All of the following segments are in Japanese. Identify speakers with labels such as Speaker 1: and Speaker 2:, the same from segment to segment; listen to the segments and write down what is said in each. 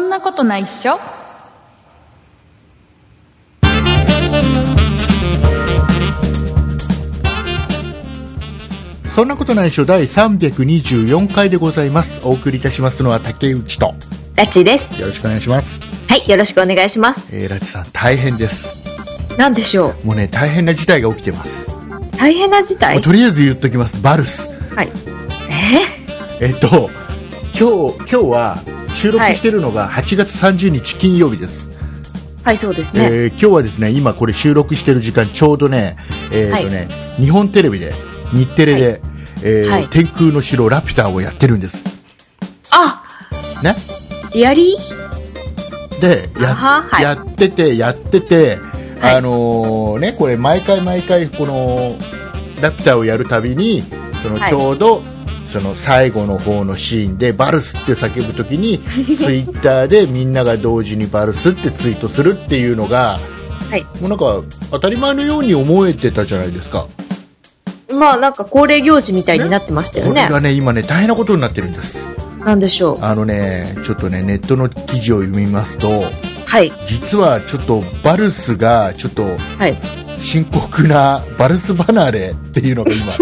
Speaker 1: んなことないっしょ
Speaker 2: そんなことないっしょ第324回でございます。お送りいたしますのは竹内と。
Speaker 3: ラチです。
Speaker 2: よろしくお願いします。
Speaker 3: はい、よろしくお願いします。
Speaker 2: えー、ラチさん大変です。
Speaker 3: なんでしょう
Speaker 2: もうね、大変な事態が起きてます。
Speaker 3: 大変な事
Speaker 2: も
Speaker 3: 態
Speaker 2: うとりあえず言っときます。バルス。
Speaker 3: はい。え
Speaker 2: えっと、今日、今日は収録してるのが8月30日金曜日です。
Speaker 3: ーはい、そうです
Speaker 2: え
Speaker 3: ね。
Speaker 2: ー今日はですね、今これ収録してる時間ちょうどね、えーとね、日本テレビで、日テレで、
Speaker 3: は
Speaker 2: えー
Speaker 3: はい
Speaker 2: 天空の城ラピュタをやってるんです。
Speaker 3: あ、
Speaker 2: ね。
Speaker 3: リアリー
Speaker 2: でや,、
Speaker 3: あははい
Speaker 2: やっててやってて、
Speaker 3: はい
Speaker 2: あのーねこれ毎回毎回このラピュタをやるたびにその
Speaker 3: はい
Speaker 2: ちょうど、その最後の方のシーンでバルスって叫ぶとき にツイッターでみんなが同時にバルスってツイートするっていうのが、
Speaker 3: はい
Speaker 2: もうなんか当たり前のように思えてたじゃないですか、
Speaker 3: まあ、なんか恒例行事みたいになってましたよ
Speaker 2: これ
Speaker 3: ね。
Speaker 2: がね今ね大変なことになってるんです
Speaker 3: なんでしょう
Speaker 2: あのねちょっとねネットの記事を読みますと
Speaker 3: はい、
Speaker 2: 実はちょっとバルスがちょっと
Speaker 3: はい。
Speaker 2: 深刻なバルス離れっていうのが今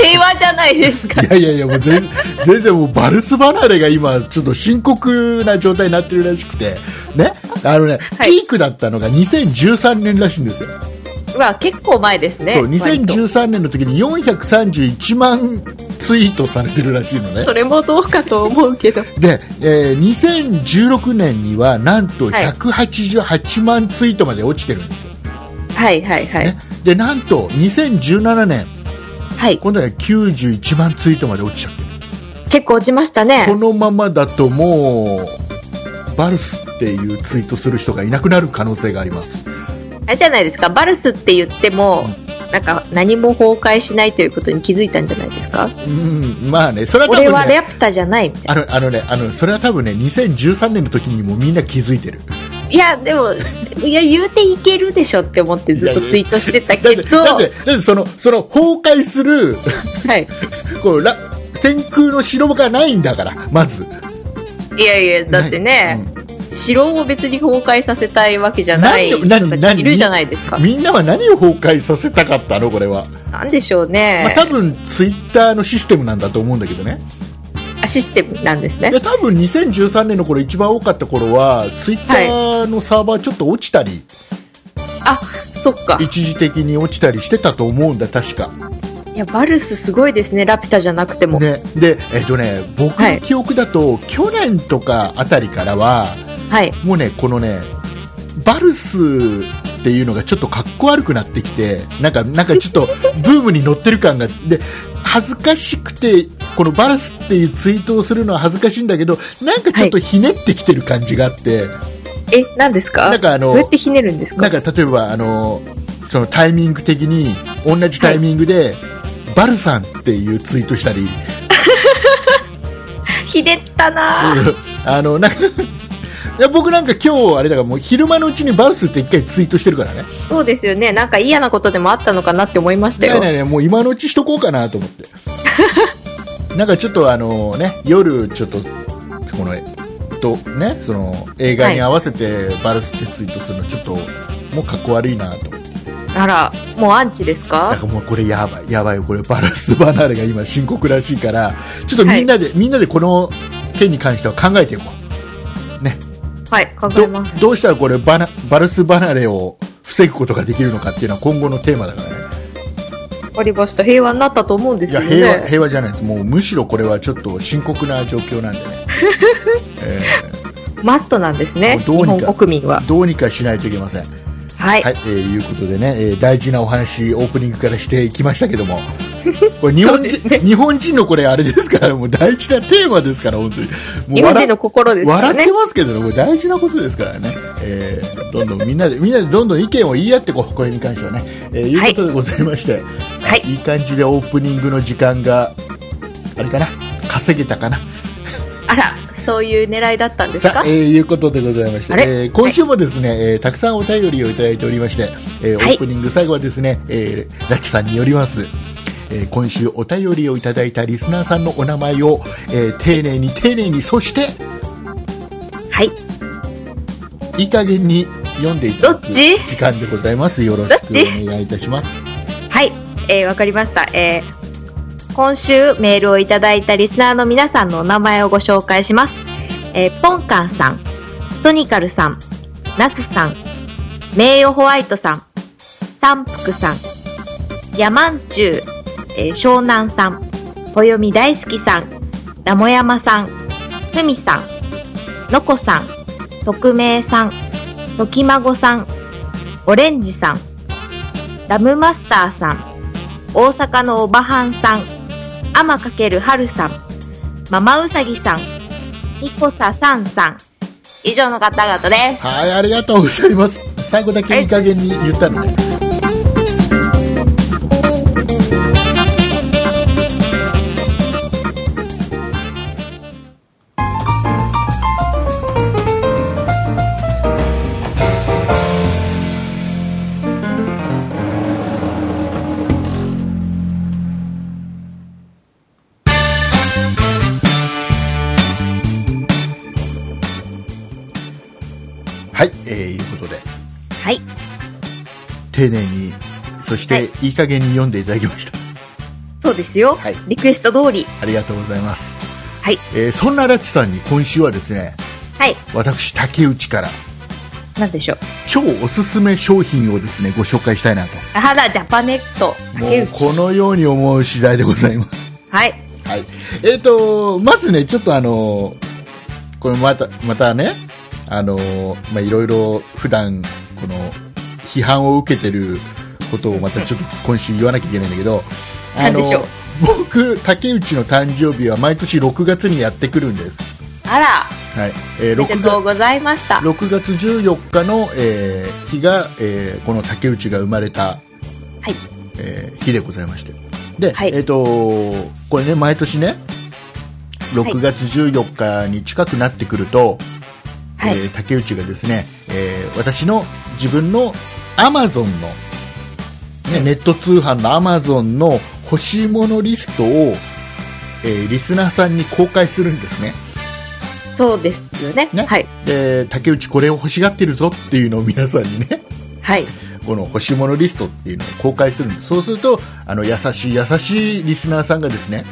Speaker 3: 平和じゃないですか。
Speaker 2: いやいやいやもう全全然もうバルス離れが今ちょっと深刻な状態になってるらしくてねあのね、
Speaker 3: はい
Speaker 2: ピークだったのが2013年らしいんですよ、
Speaker 3: まあ、結構前ですね。
Speaker 2: そう
Speaker 3: 割と
Speaker 2: 2013年の時に431万ツイートされてるらしいのね
Speaker 3: それもどうかと思うけど。
Speaker 2: で、えー2016年にはなんと
Speaker 3: はい
Speaker 2: 188万ツイートまで落ちてるんですよ、
Speaker 3: はい、はい、はい
Speaker 2: ね。、でなんと2017年
Speaker 3: はい。
Speaker 2: 今度は91万ツイートまで落ちちゃってる
Speaker 3: 結構落ちました
Speaker 2: こ
Speaker 3: ね。
Speaker 2: のままだともうバルスっていうツイートする人がいなくなる可能性があります
Speaker 3: あれじゃないですか。バルスって言っても、なんか何も崩壊しないということに気づいたんじゃないですか。
Speaker 2: うんまあねそれは多
Speaker 3: 俺は
Speaker 2: 分ね
Speaker 3: レプタじゃないみたいな
Speaker 2: あのあのねあのそれは多分ね2013年の時にもみんな気づいてる
Speaker 3: いや、でも、いや、言うていけるでしょって思ってずっとツイートして
Speaker 2: だ
Speaker 3: た
Speaker 2: って
Speaker 3: けど、
Speaker 2: だっ
Speaker 3: は
Speaker 2: て
Speaker 3: い。
Speaker 2: だってそのその崩壊する こうラ天空の城がないんだからまず
Speaker 3: いやいや、だってね、城を別に崩壊させたいわけじゃない人
Speaker 2: 何を
Speaker 3: た
Speaker 2: 何何
Speaker 3: ちいるじゃないですか。
Speaker 2: みんなは何を崩壊させたかったのこれは、
Speaker 3: なんでしょう
Speaker 2: まあ、
Speaker 3: ね。
Speaker 2: 多分ツイッターのシステムなんだと思うんだけどね
Speaker 3: システムなんですね
Speaker 2: い。や多分2013年の頃一番多かった頃はツイッターのサーバーちょっと落ちたり、
Speaker 3: あ、そっか。
Speaker 2: 一時的に落ちたりしてたと思うんだ確か、
Speaker 3: いや、バルスすごいですね。ラピュタじゃなくても。
Speaker 2: ね、でえっ、とね僕
Speaker 3: は
Speaker 2: の
Speaker 3: い
Speaker 2: 記憶だと、去年とかあたりからは
Speaker 3: はい。
Speaker 2: もうねこのねバルスっていうのがちょっとかっこ悪くなってきてなんかなんかちょっ とブームに乗ってる感がで恥ずかしくてこのバルスっていうツイートをするのは恥ずかしいんだけどなんかちょっとひねってきてる感じがあって、
Speaker 3: え、何ですか
Speaker 2: なんかあの
Speaker 3: どうやってひねるんですか
Speaker 2: なんか例えばあのそのタイミング的に同じタイミングで、バルさんっていうツイートしたり、
Speaker 3: ひねったなぁ。
Speaker 2: あのなんかいや僕なんか今日あれだからもう昼間のうちにバルスって一回ツイートしてるからね。
Speaker 3: そうですよね。なんか嫌なことでもあったのかなって思いました
Speaker 2: いや
Speaker 3: よ
Speaker 2: い。やいやもう今のうちしとこうかなと思って。 なんかちょっとあのね夜ちょっとこのえっとねその映画に合わせてバルスってツイートするのちょっともうかっこ悪いなと思って。
Speaker 3: あら、もうアンチです
Speaker 2: だ
Speaker 3: か
Speaker 2: からもうこれやばい、やばいよ、これバランス離れが今深刻らしいから、ちょっとみんなで、みんなでこの件に関しては考えていこ
Speaker 3: はい、考
Speaker 2: う。
Speaker 3: え
Speaker 2: ど
Speaker 3: ます。
Speaker 2: どうしたらこれバナ、バルス離れを防ぐことができるのかっていうのは今後のテーマだからね。
Speaker 3: わかりました。平和になったと思うんで
Speaker 2: い
Speaker 3: すけ
Speaker 2: や、
Speaker 3: ど
Speaker 2: 平和、
Speaker 3: ね。
Speaker 2: 平和じゃないです。もうむしろこれはちょっと深刻な状況なんで ね。え
Speaker 3: マストなんですね。
Speaker 2: もう
Speaker 3: 日
Speaker 2: どうにか
Speaker 3: 本国民は
Speaker 2: ー。どうにかしないといけません。は
Speaker 3: はい。
Speaker 2: い、えーいうことでね、えー大事なお話、オープニングからしていきましたけども、これ日本
Speaker 3: そう
Speaker 2: 人、
Speaker 3: ですね
Speaker 2: 日本人のこれあれですから、もう大事なテーマですから、本当に。もう
Speaker 3: 日本人の心ですから
Speaker 2: 笑っ
Speaker 3: ね
Speaker 2: て。ますけどね、これ大事なことですからね、えーどんどんみんなで、みんなでどんどん意見を言い合ってこう、これに関してはね、えーいうことでございまして、
Speaker 3: はい
Speaker 2: い感じでオープニングの時間が、あれかな、稼げたかな、
Speaker 3: あら、そういう狙いだったんです
Speaker 2: さ
Speaker 3: か
Speaker 2: あ、えーいうことでございまして、
Speaker 3: あれ
Speaker 2: えー今週もですね、えーたくさんお便りをいただいておりまして、えーオ
Speaker 3: はい
Speaker 2: ープニング最後はですね、えーラチさんによります、えー今週お便りをいただいたリスナーさんのお名前を、えー丁寧に丁寧に、そして、
Speaker 3: はい。
Speaker 2: いい加減に読んでいただ
Speaker 3: ど
Speaker 2: く
Speaker 3: っち
Speaker 2: 時間でございます。よろしくお願いいたします。
Speaker 3: はい。えーわかりました。えー今週メールをいただいたリスナーの皆さんのお名前をご紹介します。えーポンカンさん、トニカルさん、ナスさん、名誉ホワイトさん、三福さん、ヤマンチュウ、えー湘南さん、ぽよみ大好きさん、ラモヤマさん、ふみさん、のこさん、匿名さん、ときまごさん、オレンジさん、ラムマスターさん、大阪のおばはんさん、天まかけるはるさん、ママうさぎさん、ニコサさんさん、以上の方々です。
Speaker 2: はい、ありがとうございます。最後だけいい加減に言ったのね。はい、えー、いうことで、
Speaker 3: はい。
Speaker 2: 丁寧に、そし
Speaker 3: は
Speaker 2: てい
Speaker 3: い
Speaker 2: い加減に読んでいただきました。
Speaker 3: そうですよ。
Speaker 2: はい
Speaker 3: リクエスト通り。
Speaker 2: ありがとうございます。
Speaker 3: はい。
Speaker 2: えーそんなラッチさんに今週はですね、
Speaker 3: はい。
Speaker 2: 私、竹内から、
Speaker 3: なんでしょう。
Speaker 2: 超おすすめ商品をですね、ご紹介したいなと。
Speaker 3: ラハダジャパネット
Speaker 2: も
Speaker 3: 竹
Speaker 2: う
Speaker 3: 内。
Speaker 2: このように思う次第でございます。
Speaker 3: はい。
Speaker 2: はい。えっ、と、まずね、ちょっとあの、これまた、またね、あの、まあ、いろいろ普段、この、批判を受けてることをまたちょっと今週言わなきゃいけないんだけど、あ
Speaker 3: なん
Speaker 2: の
Speaker 3: でしょう、
Speaker 2: 僕、竹内の誕生日は毎年6月にやってくるんです。
Speaker 3: あら、
Speaker 2: はい。えー
Speaker 3: おめで
Speaker 2: 6
Speaker 3: と
Speaker 2: 月
Speaker 3: うございました。
Speaker 2: 6月14日の、えー日が、えーこの竹内が生まれた、
Speaker 3: はい
Speaker 2: えー日でございましてで、
Speaker 3: はい
Speaker 2: えっ、とこれね毎年ね6月14日に近くなってくると、
Speaker 3: はい
Speaker 2: え。ー竹内がですね、えー私の自分のアマゾンの、ね、ネット通販のアマゾンの欲しいものリストを、えーリスナーさんに公開するんですね
Speaker 3: そうですよね。
Speaker 2: ね
Speaker 3: はい。
Speaker 2: で竹内これを欲しがってるぞっていうのを 皆さんにね
Speaker 3: はい。
Speaker 2: この欲しいものリストっていうのを公開するんですそうするとあの優しい優しいリスナーさんがですね、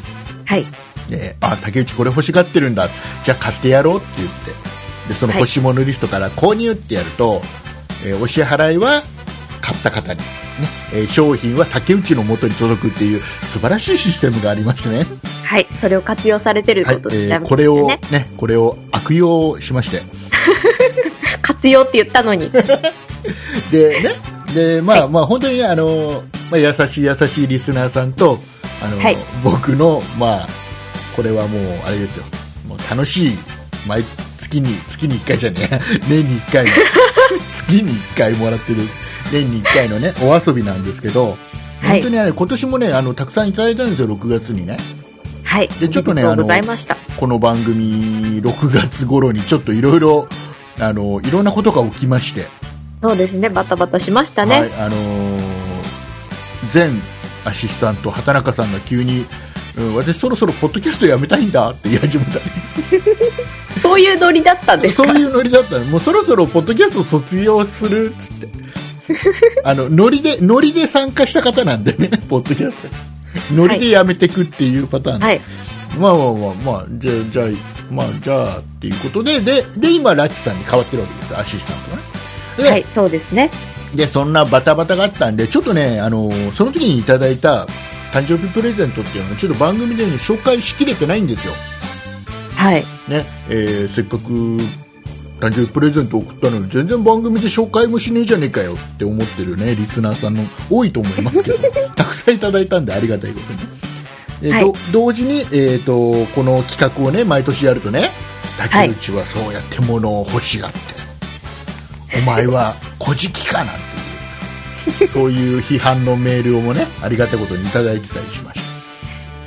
Speaker 3: はい。
Speaker 2: えーあ竹内これ欲しがってるんだじゃあ買ってやろうって言ってでその
Speaker 3: はい
Speaker 2: 欲しいものリストから購入ってやると、えーお支払いは買った方に、ねえー商品は竹内の元に届くっていう素晴らしいシステムがありましてね
Speaker 3: はい。それを活用されてる
Speaker 2: は
Speaker 3: こ
Speaker 2: い
Speaker 3: と
Speaker 2: え
Speaker 3: にな
Speaker 2: ー
Speaker 3: るんです
Speaker 2: こ
Speaker 3: よね
Speaker 2: れを、ね、これを悪用しまして
Speaker 3: 活用って言った のに。
Speaker 2: でね、でまあ、
Speaker 3: は
Speaker 2: まあ本当にねあのまあ優しい優しいリスナーさんとあの、
Speaker 3: はい
Speaker 2: 僕のまあこれはもうあれですよ。もう楽しい毎月に月に1回じゃねえ 年に1回 月に1回もらってる年に1回のねお遊びなんですけど。
Speaker 3: はい
Speaker 2: 本当にあれ今年もねあのたくさんいただいたんですよ6月にね
Speaker 3: はい。
Speaker 2: でちょっとね
Speaker 3: ありがうございました。
Speaker 2: この番組6月頃にちょっといろいろあのいろんなことが起きまして
Speaker 3: そうですね。バタバタしましたね。
Speaker 2: はい、あのー前アシスタント畑中さんが急に、うん、私そろそろポッドキャストやめたいんだって言い始め た
Speaker 3: そういうノリだったんです
Speaker 2: そう
Speaker 3: か。
Speaker 2: いうノリだったのもうそろそろポッドキャスト卒業するっつって あのノリでノリで参加した方なんでね ポッドキャストノリでやめてくっていうパターンで、
Speaker 3: はい。
Speaker 2: まあまあまあまあじゃあじゃあまあじゃあっていうことででで今ラッチさんに変わってるわけですアシスタントがねで、
Speaker 3: はい。そうですね。
Speaker 2: でそんなバタバタがあったんでちょっとねあのその時にいただいた誕生日プレゼントっていうのをちょっと番組で、ね、紹介しきれてないんですよ、
Speaker 3: はい。
Speaker 2: ねえーせっかく誕生日プレゼント送ったのに全然番組で紹介もしねえじゃねえかよって思ってるねリスナーさんの多いと思いますけど たくさんいただいたんでありがたいことに、えー
Speaker 3: はい
Speaker 2: ど同時に、えー、とこの企画をね毎年やるとね竹内はそうやって物を欲しがって、お前は小じきかなんていうそういう批判のメールをもねありがたいことにいただいてたりしました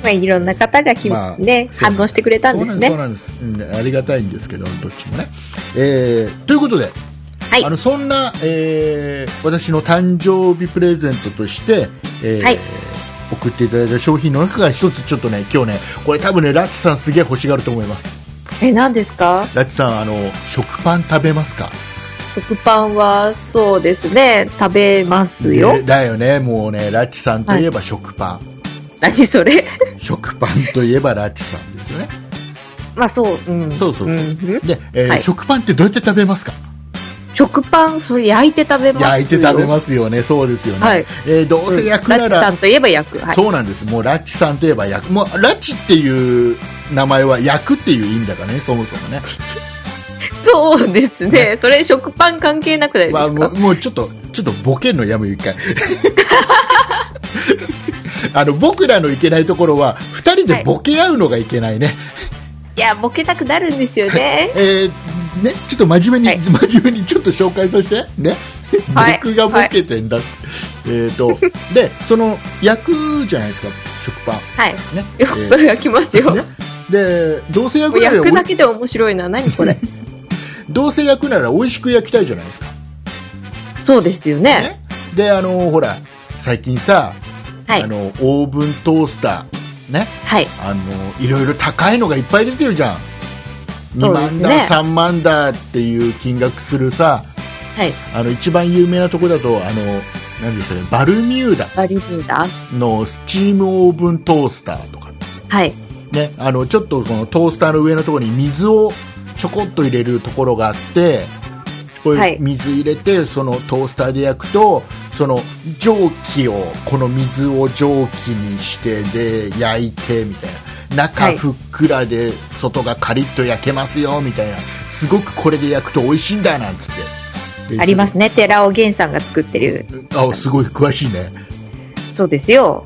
Speaker 3: まあ、いろんな方がき、
Speaker 2: まあ
Speaker 3: ね、
Speaker 2: そう
Speaker 3: 反応してくれたんですね
Speaker 2: そう。なんですそうなんです、うんありがたいんですけど、どっちもね。えーということで、
Speaker 3: はい
Speaker 2: あのそんな、えー私の誕生日プレゼントとして、えー
Speaker 3: はい
Speaker 2: 送っていただいた商品の中から一つ、ちょっとね、今日ね、これ多分ね、ラッチさんすげえ欲しがると思います。
Speaker 3: え、何ですか
Speaker 2: ラチさんあの食パン食べますか
Speaker 3: 食パンは、そうですね、食べますよ。
Speaker 2: ねだよねもうねラチさんといえば食パン、
Speaker 3: 何それ
Speaker 2: 食パンといえばラチさんですよね
Speaker 3: まあ、そう、うん。
Speaker 2: そうそうそうん
Speaker 3: ん
Speaker 2: で、えー
Speaker 3: はい
Speaker 2: 食パンってどうやって食べますか
Speaker 3: 食パン、それ焼いて食べますよ。
Speaker 2: 焼いて食べますよねそうですよね、
Speaker 3: はい
Speaker 2: えーどうせ焼くな
Speaker 3: ラチさ
Speaker 2: ら
Speaker 3: んといえば焼く。はい。
Speaker 2: そうなんです、もうラッチさんといえば焼く、もうラッチっていう名前は焼くっていう意味だからね、そもそも ね、
Speaker 3: そうですね。それ食パン関係なくないです
Speaker 2: ま
Speaker 3: か、
Speaker 2: あ、もうもうちょっと、ちょっとボケんのやむよ、一回。 あの僕らのいけないところは2人でボケ合うのがいけないね,、
Speaker 3: いや、ボケたくなるんですよ ね。
Speaker 2: えーねちょっと真面目に、
Speaker 3: はい
Speaker 2: 真面目にちょっと紹介させてね、
Speaker 3: はい
Speaker 2: 僕がボケてんだ、えっ、とでその焼くじゃないですか食パン
Speaker 3: はい。
Speaker 2: ね
Speaker 3: よ
Speaker 2: え
Speaker 3: く焼きますよ。
Speaker 2: ねでどうせ焼
Speaker 3: もう
Speaker 2: くなら
Speaker 3: 焼くだけで面白いな。何これ。
Speaker 2: どうせ焼くなら美味しく焼きたいじゃないですか、
Speaker 3: そうですよね。
Speaker 2: ね、であのほら最近さ、
Speaker 3: はい
Speaker 2: あ。のオーブントースターね
Speaker 3: はい。
Speaker 2: あのいろいろ高いのがいっぱい出てるじゃん2
Speaker 3: そうで
Speaker 2: 万
Speaker 3: す
Speaker 2: だ、
Speaker 3: ね
Speaker 2: 3万だっていう金額するさ
Speaker 3: はい。
Speaker 2: あの一番有名なとこだとあの何でしたっけバルミューダ
Speaker 3: バリブーダ
Speaker 2: のスチームオーブントースターとか、
Speaker 3: はい。
Speaker 2: ね、あのちょっとそのトースターの上のところに水をちょこっと入れるところがあってこ
Speaker 3: は
Speaker 2: れ
Speaker 3: い
Speaker 2: 水入れてそのトースターで焼くとその蒸気をこの水を蒸気にしてで焼いてみたいな
Speaker 3: は
Speaker 2: 中
Speaker 3: い
Speaker 2: ふっくらで外がカリッと焼けますよみたいなすごくこれで焼くと美味しいんだなんつって
Speaker 3: ありますね。寺尾源さんが作ってる。
Speaker 2: あすごい詳しいね
Speaker 3: そうですよ。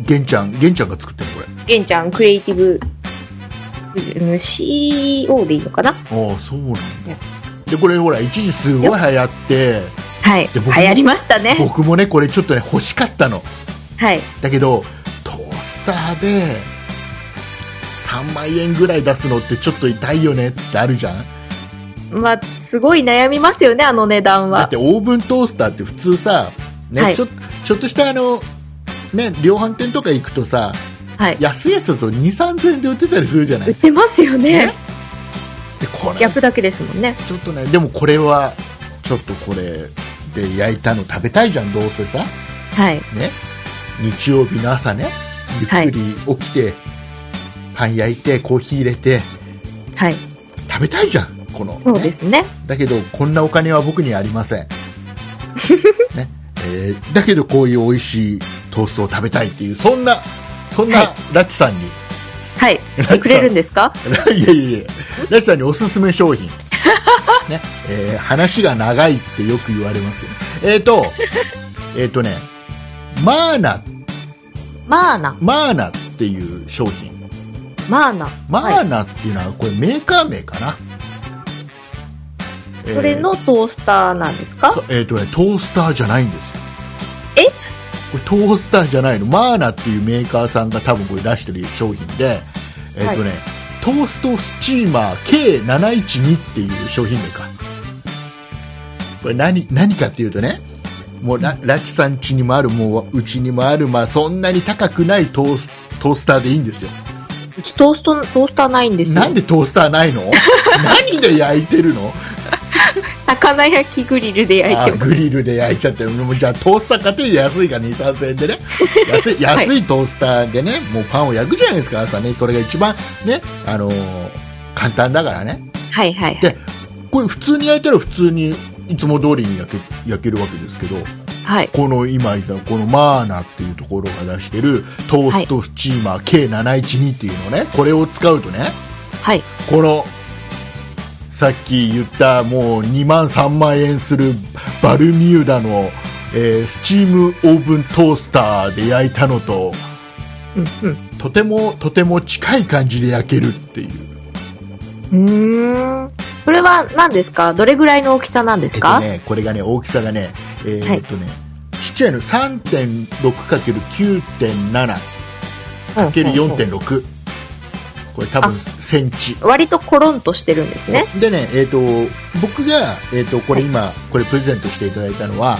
Speaker 2: 玄ちゃん玄ちゃんが作ってるのこれ
Speaker 3: 源ちゃん、クリエイティブ、うん CO でいいのかな
Speaker 2: ああそうなんだでこれほら一時すごい流行って
Speaker 3: はい。
Speaker 2: で
Speaker 3: 流
Speaker 2: 僕も
Speaker 3: 行りましたね。
Speaker 2: 僕もねこれちょっとね欲しかったの
Speaker 3: はい。
Speaker 2: だけどトースターで3万円ぐらい出すのってちょっと痛いよねってあるじゃん
Speaker 3: まあ、すごい悩みますよね、あの値段
Speaker 2: だっ
Speaker 3: は
Speaker 2: て。オーブントースターって普通さ、ね
Speaker 3: はい
Speaker 2: ちょちょっとしたあの、ね、量販店とか行くとさ
Speaker 3: はい。
Speaker 2: 安いやつだと2 3 0 0 0円で売ってたりするじゃない
Speaker 3: 売っ
Speaker 2: で
Speaker 3: てますよね
Speaker 2: ね。これ
Speaker 3: 焼くだけですもんね。
Speaker 2: ちょっとねでもこれはちょっとこれで焼いたの食べたいじゃんどうせさ
Speaker 3: はい。
Speaker 2: ね、日曜日の朝ね、ゆっくり起きて、パン焼いて、コーヒー入れて、
Speaker 3: はい。
Speaker 2: 食べたいじゃん、この、
Speaker 3: そうですね。
Speaker 2: ねだけど、こんなお金は僕にはありません。 ねえーだけど、こういう美味しいトーストを食べたいっていう、そんな、そんな、
Speaker 3: は
Speaker 2: ラチさんに、
Speaker 3: はい。
Speaker 2: ラチさん
Speaker 3: くれるんですか
Speaker 2: いやいやいや、ラチさんにおすすめ商 品。ねえー話が長いってよく言われますよね。えっ、と、えっ、とね、マーナ
Speaker 3: マーナ。
Speaker 2: マーナっていう商品
Speaker 3: マーナ。
Speaker 2: マ
Speaker 3: は
Speaker 2: ー
Speaker 3: い。
Speaker 2: ナっていうのはこれメーカー名かな、えー
Speaker 3: これのトースターなんですか
Speaker 2: そえっ、とねトースターじゃないんですよ
Speaker 3: え
Speaker 2: これトースターじゃないのマーナっていうメーカーさんが多分これ出してる商品でえっ、とね、トーストスチーマー K712 っていう商品名かこれ何何かっていうとねもうララチさん家にもあるもううちにもある、まあ、そんなに高くないトーストースターでいいんですよ
Speaker 3: うちトースト、トースターないんですよ。
Speaker 2: なんでトースターない の何で焼いてるの
Speaker 3: 魚焼きグリルで焼い
Speaker 2: あ
Speaker 3: てます。
Speaker 2: グリルで焼いちゃってもうじゃあトースター買って安いから2 3 0円でね 安い
Speaker 3: はい
Speaker 2: 安いトースターでねもうパンを焼くじゃないですか朝ねそれが一番ねあのー簡単だからね
Speaker 3: はいはい。
Speaker 2: でこれ普通に焼いたら普通にいつも通りに焼け焼けるわけですけど
Speaker 3: はい。
Speaker 2: この今言ったこのマーナっていうところが出してるトーストスチーマー K712 っていうのねこれを使うとね
Speaker 3: はい。
Speaker 2: このさっき言ったもう2万3万円するバルミューダの、えースチームオーブントースターで焼いたのと
Speaker 3: うん
Speaker 2: とてもとても近い感じで焼けるっていう
Speaker 3: うん。うーん。これは何ですかどれぐらいの大きさなんですか、
Speaker 2: えっとね、これがね大きさがねえ
Speaker 3: は
Speaker 2: ー
Speaker 3: い
Speaker 2: っとね、ちっちゃいの 3.6×9.7×4.6
Speaker 3: うんうんうん
Speaker 2: これ多分
Speaker 3: あ
Speaker 2: センチ
Speaker 3: 割とコロンとしてるんですね。
Speaker 2: でね、えー、と僕が、えー、とこれ今、これプレゼントしていただいたのは、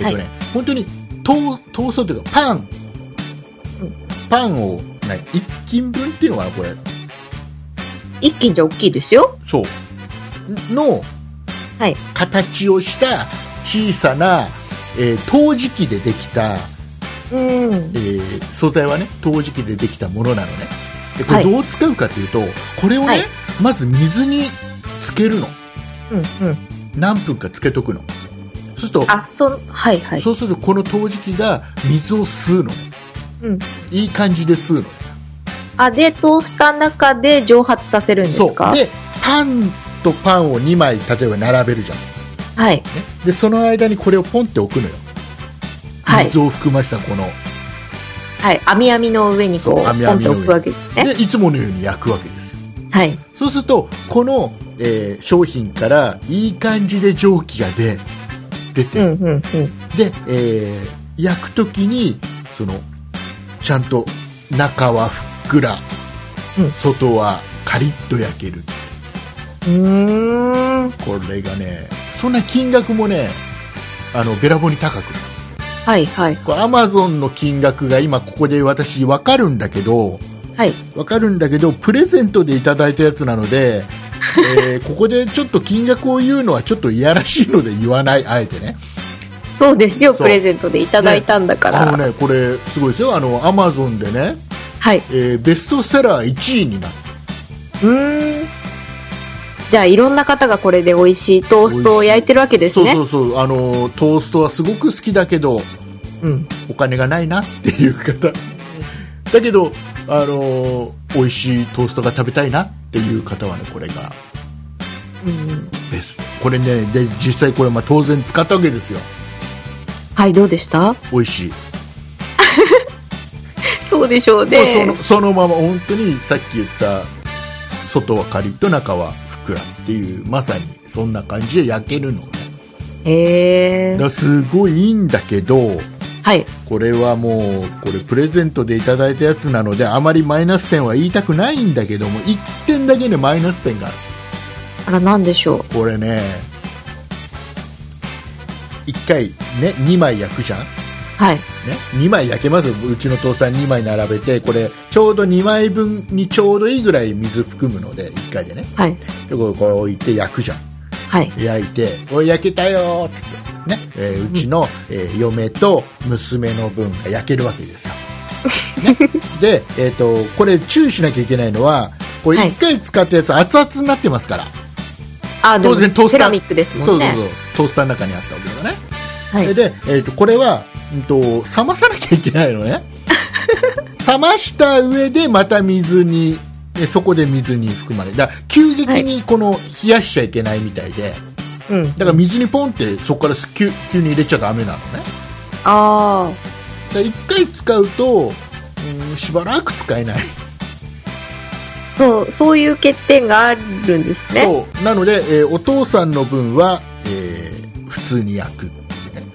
Speaker 2: えーとね本当にトートーストというかパン、
Speaker 3: うん
Speaker 2: パンを、ね、1斤分っていうのかなこれ
Speaker 3: 一斤じゃ大きいですよ。
Speaker 2: そうの
Speaker 3: はい
Speaker 2: 形をした小さな、えー陶磁器でできた、
Speaker 3: うん
Speaker 2: え。ー素材はね陶磁器でできたものなのねでこ
Speaker 3: は
Speaker 2: れ
Speaker 3: い
Speaker 2: どう使うかというと、これをね、
Speaker 3: はい
Speaker 2: まず水につけるの
Speaker 3: うんうん。
Speaker 2: 何分かつけとくのそうすると
Speaker 3: あ、そん、はいはい。
Speaker 2: そうするとこの陶磁器が水を吸うの
Speaker 3: うん。
Speaker 2: いい感じで吸うの
Speaker 3: あ、で、トースターの中で蒸発させるんで
Speaker 2: そ
Speaker 3: す
Speaker 2: う
Speaker 3: か
Speaker 2: でパンとパンを2枚例えば並べるじゃん、ね、
Speaker 3: はい。
Speaker 2: でその間にこれをポンって置くのよ
Speaker 3: はい
Speaker 2: 水。を含ましたこの、
Speaker 3: はい。網網の上にこう、
Speaker 2: そう
Speaker 3: ポ
Speaker 2: 網網の上
Speaker 3: ンと置くわけですね。
Speaker 2: でいつものように焼くわけですよ
Speaker 3: はい。
Speaker 2: そうするとこの、えー商品からいい感じで蒸気が出出
Speaker 3: う
Speaker 2: て、
Speaker 3: んうんうん。
Speaker 2: で、えー焼くときにそのちゃんと中はふっくら、
Speaker 3: うん
Speaker 2: 外はカリッと焼ける
Speaker 3: うーん。
Speaker 2: これがねそんな金額もねあのべらぼうに高くない
Speaker 3: はいはい。
Speaker 2: これアマゾンの金額が今ここで私分かるんだけど
Speaker 3: はい。
Speaker 2: わかるんだけどプレゼントでいただいたやつなの で、えーここでちょっと金額を言うのはちょっといやらしいので言わないあえてね
Speaker 3: そうですよ、
Speaker 2: そ
Speaker 3: プ
Speaker 2: う
Speaker 3: レゼントでいただいたんだか
Speaker 2: あの
Speaker 3: ら。
Speaker 2: ねこれすごいですよあのアマゾンでね、
Speaker 3: はい。う
Speaker 2: えーベストセラー1位になっ
Speaker 3: ーん。じゃあ、いろんな方がこれで美味しいトーストを焼いてるわけ
Speaker 2: て
Speaker 3: です
Speaker 2: そう
Speaker 3: ね。
Speaker 2: そうそうあのトーストはすごく好きだけど
Speaker 3: うん。
Speaker 2: お金がないなっていう方だけどあの美味しいトーストが食べたいなっていう方はねこれが
Speaker 3: うん。
Speaker 2: ベストこれねで実際これまあ当然使ったわけですよ
Speaker 3: はい、どうでした
Speaker 2: 美味しい
Speaker 3: そうでしょう
Speaker 2: もうそ
Speaker 3: ね
Speaker 2: の。そのまま本当にさっき言った外はカリッと中はふっくらっていうまさにそんな感じで焼けるのね
Speaker 3: へえ
Speaker 2: だか。らすごいいいんだけど
Speaker 3: はい。
Speaker 2: これはもうこれプレゼントでいただいたやつなのであまりマイナス点は言いたくないんだけども1点だけねマイナス点がある
Speaker 3: あら、なんでしょう。
Speaker 2: これね1回ね2枚焼くじゃん
Speaker 3: はい。
Speaker 2: ね、2枚焼けますうちの父さん2枚並べてこれちょうど2枚分にちょうどいいぐらい水含むので1回でね
Speaker 3: はい。
Speaker 2: でこれこれ置いて焼くじゃん
Speaker 3: はい。
Speaker 2: 焼いて「おい焼けたよ」っつって、ねえーうちの、えー嫁と娘の分が焼けるわけ ですよ、ね、で、えー、とこれ注意しなきゃいけないのはこれ
Speaker 3: はい
Speaker 2: 1回使ったやつ熱々になってますから、
Speaker 3: あ、でも
Speaker 2: 当然トースター
Speaker 3: セラミックです
Speaker 2: そ
Speaker 3: も
Speaker 2: うんそう
Speaker 3: ね。
Speaker 2: そうトースターの中にあったわけだからね
Speaker 3: はい。
Speaker 2: で、えー、とこれは、うん、と冷まさなきゃいけないの ね冷ました上でまた水にえそこで水に含まれるだから急激にこの冷やしちゃいけないみたいで、
Speaker 3: うん。
Speaker 2: だから水にポンってそこからす急急に入れちゃダメなのね
Speaker 3: あ
Speaker 2: だから一回使うとうんしばらく使えない、
Speaker 3: あ、そう、そういう欠点があるんですね。
Speaker 2: そうなので、えーお父さんの分は、えー普通に焼くっていうね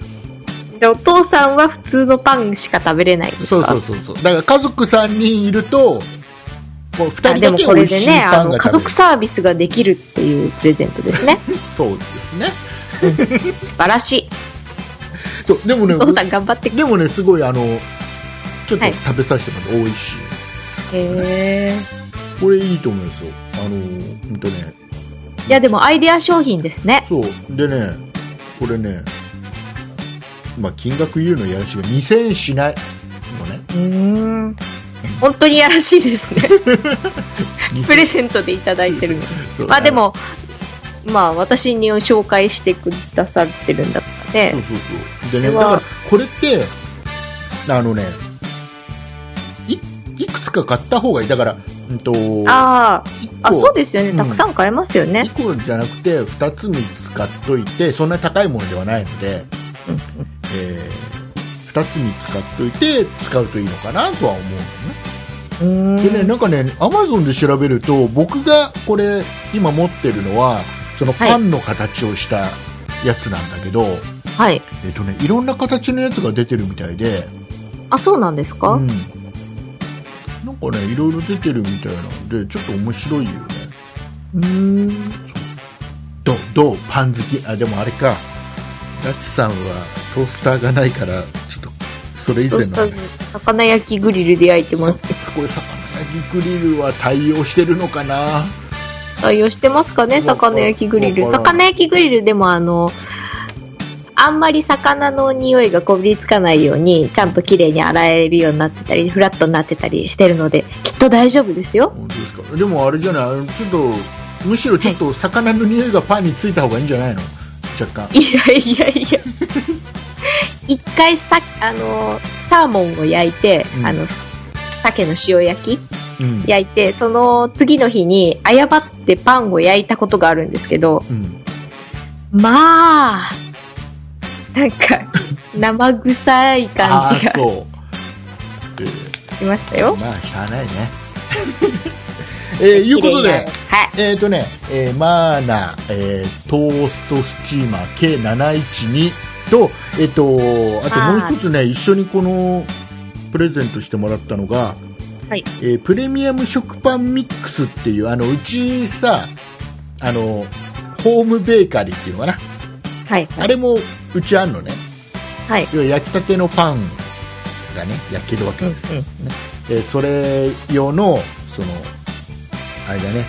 Speaker 3: で、お父さんは普通のパンしか食べれないんですか
Speaker 2: そうそうそうそうだから家族3人いるとこう2
Speaker 3: あ
Speaker 2: 人
Speaker 3: で
Speaker 2: だ
Speaker 3: も
Speaker 2: け
Speaker 3: こ
Speaker 2: 美
Speaker 3: れ
Speaker 2: 味
Speaker 3: で
Speaker 2: しい
Speaker 3: ね、
Speaker 2: パ
Speaker 3: あ
Speaker 2: ン
Speaker 3: の、
Speaker 2: が食べ
Speaker 3: 家
Speaker 2: れる
Speaker 3: 族サービスができるっていうプレゼントですね。
Speaker 2: そうですね
Speaker 3: 素晴らしい。
Speaker 2: そうでもね
Speaker 3: お父さん頑張って。
Speaker 2: でもねすごいあのちょっと
Speaker 3: はい
Speaker 2: 食べさせてもらって美味しい、
Speaker 3: へえ。
Speaker 2: これいいと思いますよあのうんとね
Speaker 3: いや、でもアイデア商品ですね。
Speaker 2: そうでねこれねまあ金額言うのやらしいが2000円しないのね
Speaker 3: うーん。本当にやらしいですね。プレゼントでいただいてるの。
Speaker 2: そう
Speaker 3: まあでも、まあ私に紹介してくださってるんだったら
Speaker 2: そう
Speaker 3: ね。
Speaker 2: そうそうでねだ
Speaker 3: これは
Speaker 2: からこれってあのねいいくつか買った方がいいだからうんと
Speaker 3: ああ、
Speaker 2: 1個
Speaker 3: あ、そうですよね。
Speaker 2: うん
Speaker 3: たくさん買えますよね。
Speaker 2: 2個じゃなくて2つ3つ買っといてそんな高いものではないので、
Speaker 3: うん
Speaker 2: えー、2つ3つ買っといて使うといいのかなとは思うのね
Speaker 3: う
Speaker 2: でね、
Speaker 3: ーん
Speaker 2: なんかね、アマゾンで調べると、僕がこれ、今持ってるのは、その
Speaker 3: はい
Speaker 2: パンの形をしたやつなんだけど、
Speaker 3: はい。
Speaker 2: えっとね、いろんな形のやつが出てるみたいで、
Speaker 3: あ、そうなんですか、
Speaker 2: うん、なんかね、いろいろ出てるみたいなんで、ちょっと面白いよね。
Speaker 3: うーん。
Speaker 2: どう、どう、パン好き、あ、でもあれか、ラチさんはトースターがないから、ちょっと、それ以
Speaker 3: どう
Speaker 2: 前
Speaker 3: し
Speaker 2: の
Speaker 3: た魚焼きグリルで焼いてます。
Speaker 2: これ魚焼きグリルは対応してるのかな
Speaker 3: 採用してますかね、
Speaker 2: わか
Speaker 3: 魚焼きグリル。
Speaker 2: わからん
Speaker 3: 魚焼きグリルでもあの、あんまり魚の匂いがこびりつかないように、ちゃんと綺麗に洗えるようになってたり、フラットになってたりしてるので、きっと大丈夫ですよ。
Speaker 2: 本当ですかでもあれじゃないあのちょっとむしろちょっと魚の匂いがパンについた方がいいんじゃないの若干
Speaker 3: いやいやいや。一回さ、あの、サーモンを焼いて、
Speaker 2: うん
Speaker 3: あの、鮭の塩焼き
Speaker 2: うん
Speaker 3: 焼いて、その次の日に誤ってパンを焼いたことがあるんですけど、
Speaker 2: うん
Speaker 3: まあ、なんか、生臭い感
Speaker 2: あ
Speaker 3: じ
Speaker 2: あ
Speaker 3: が
Speaker 2: そう、え
Speaker 3: しました
Speaker 2: ー
Speaker 3: よ。
Speaker 2: まあしゃあないね えー、いうこと
Speaker 3: 綺麗
Speaker 2: で
Speaker 3: になるはい。
Speaker 2: えーとね、えーマーナ、えートーストスチーマー K712 と、えっ、と、あともう一つね、一緒にこの、プレゼントしてもらったのが、
Speaker 3: はい
Speaker 2: えープレミアム食パンミックスっていう、あの、うちさ、あの、ホームベーカリーっていうのかな。
Speaker 3: はい。
Speaker 2: あれも、うちあんのね。
Speaker 3: はい。
Speaker 2: 要は焼きたてのパンがね、焼けるわけ
Speaker 3: うんう
Speaker 2: で
Speaker 3: ん
Speaker 2: す。えーそれ用のそのあれだね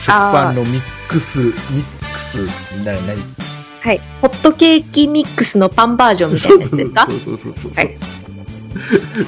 Speaker 2: 食パンのミックスミックスな何
Speaker 3: はい。ホットケーキミックスのパンバージョンみたいなやつですか
Speaker 2: そうそうそうそうそう、
Speaker 3: はい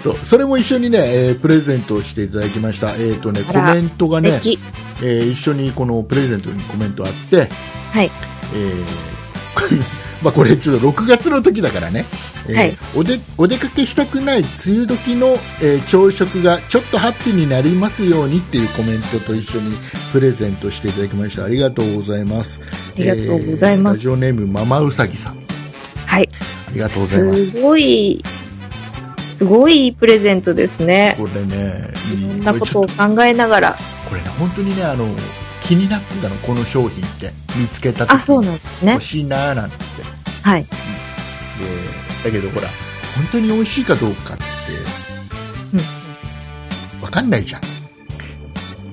Speaker 2: そうそれも一緒にね、えープレゼントをしていただきましたえっ、とね
Speaker 3: あ
Speaker 2: コ
Speaker 3: ら
Speaker 2: メントが
Speaker 3: 素
Speaker 2: ね、
Speaker 3: 敵。
Speaker 2: えー一緒にこのプレゼントにコメントあって
Speaker 3: はい。
Speaker 2: えー まあこれちょっと6月の時だからね、えー
Speaker 3: はい
Speaker 2: おでお出かけしたくない梅雨時の、えー朝食がちょっとハッピーになりますようにっていうコメントと一緒にプレゼントしていただきましたありがとうございます
Speaker 3: ありがとうございま
Speaker 2: えー
Speaker 3: す。
Speaker 2: ラジオネームママウサギさんあ
Speaker 3: はい。
Speaker 2: りがとうございます
Speaker 3: すごい、すごいいいプレゼントですね。
Speaker 2: これね
Speaker 3: いろん
Speaker 2: こ
Speaker 3: な
Speaker 2: れ
Speaker 3: こ
Speaker 2: ちょ
Speaker 3: と
Speaker 2: っ
Speaker 3: を考えながら。
Speaker 2: これね本当にねあの気になってたのこの商品って見つけた時
Speaker 3: あ、そうなんですね
Speaker 2: 欲。しいなーなんて言って
Speaker 3: はい。
Speaker 2: でだけどほら本当に美味しいかどうかってわかんないじゃん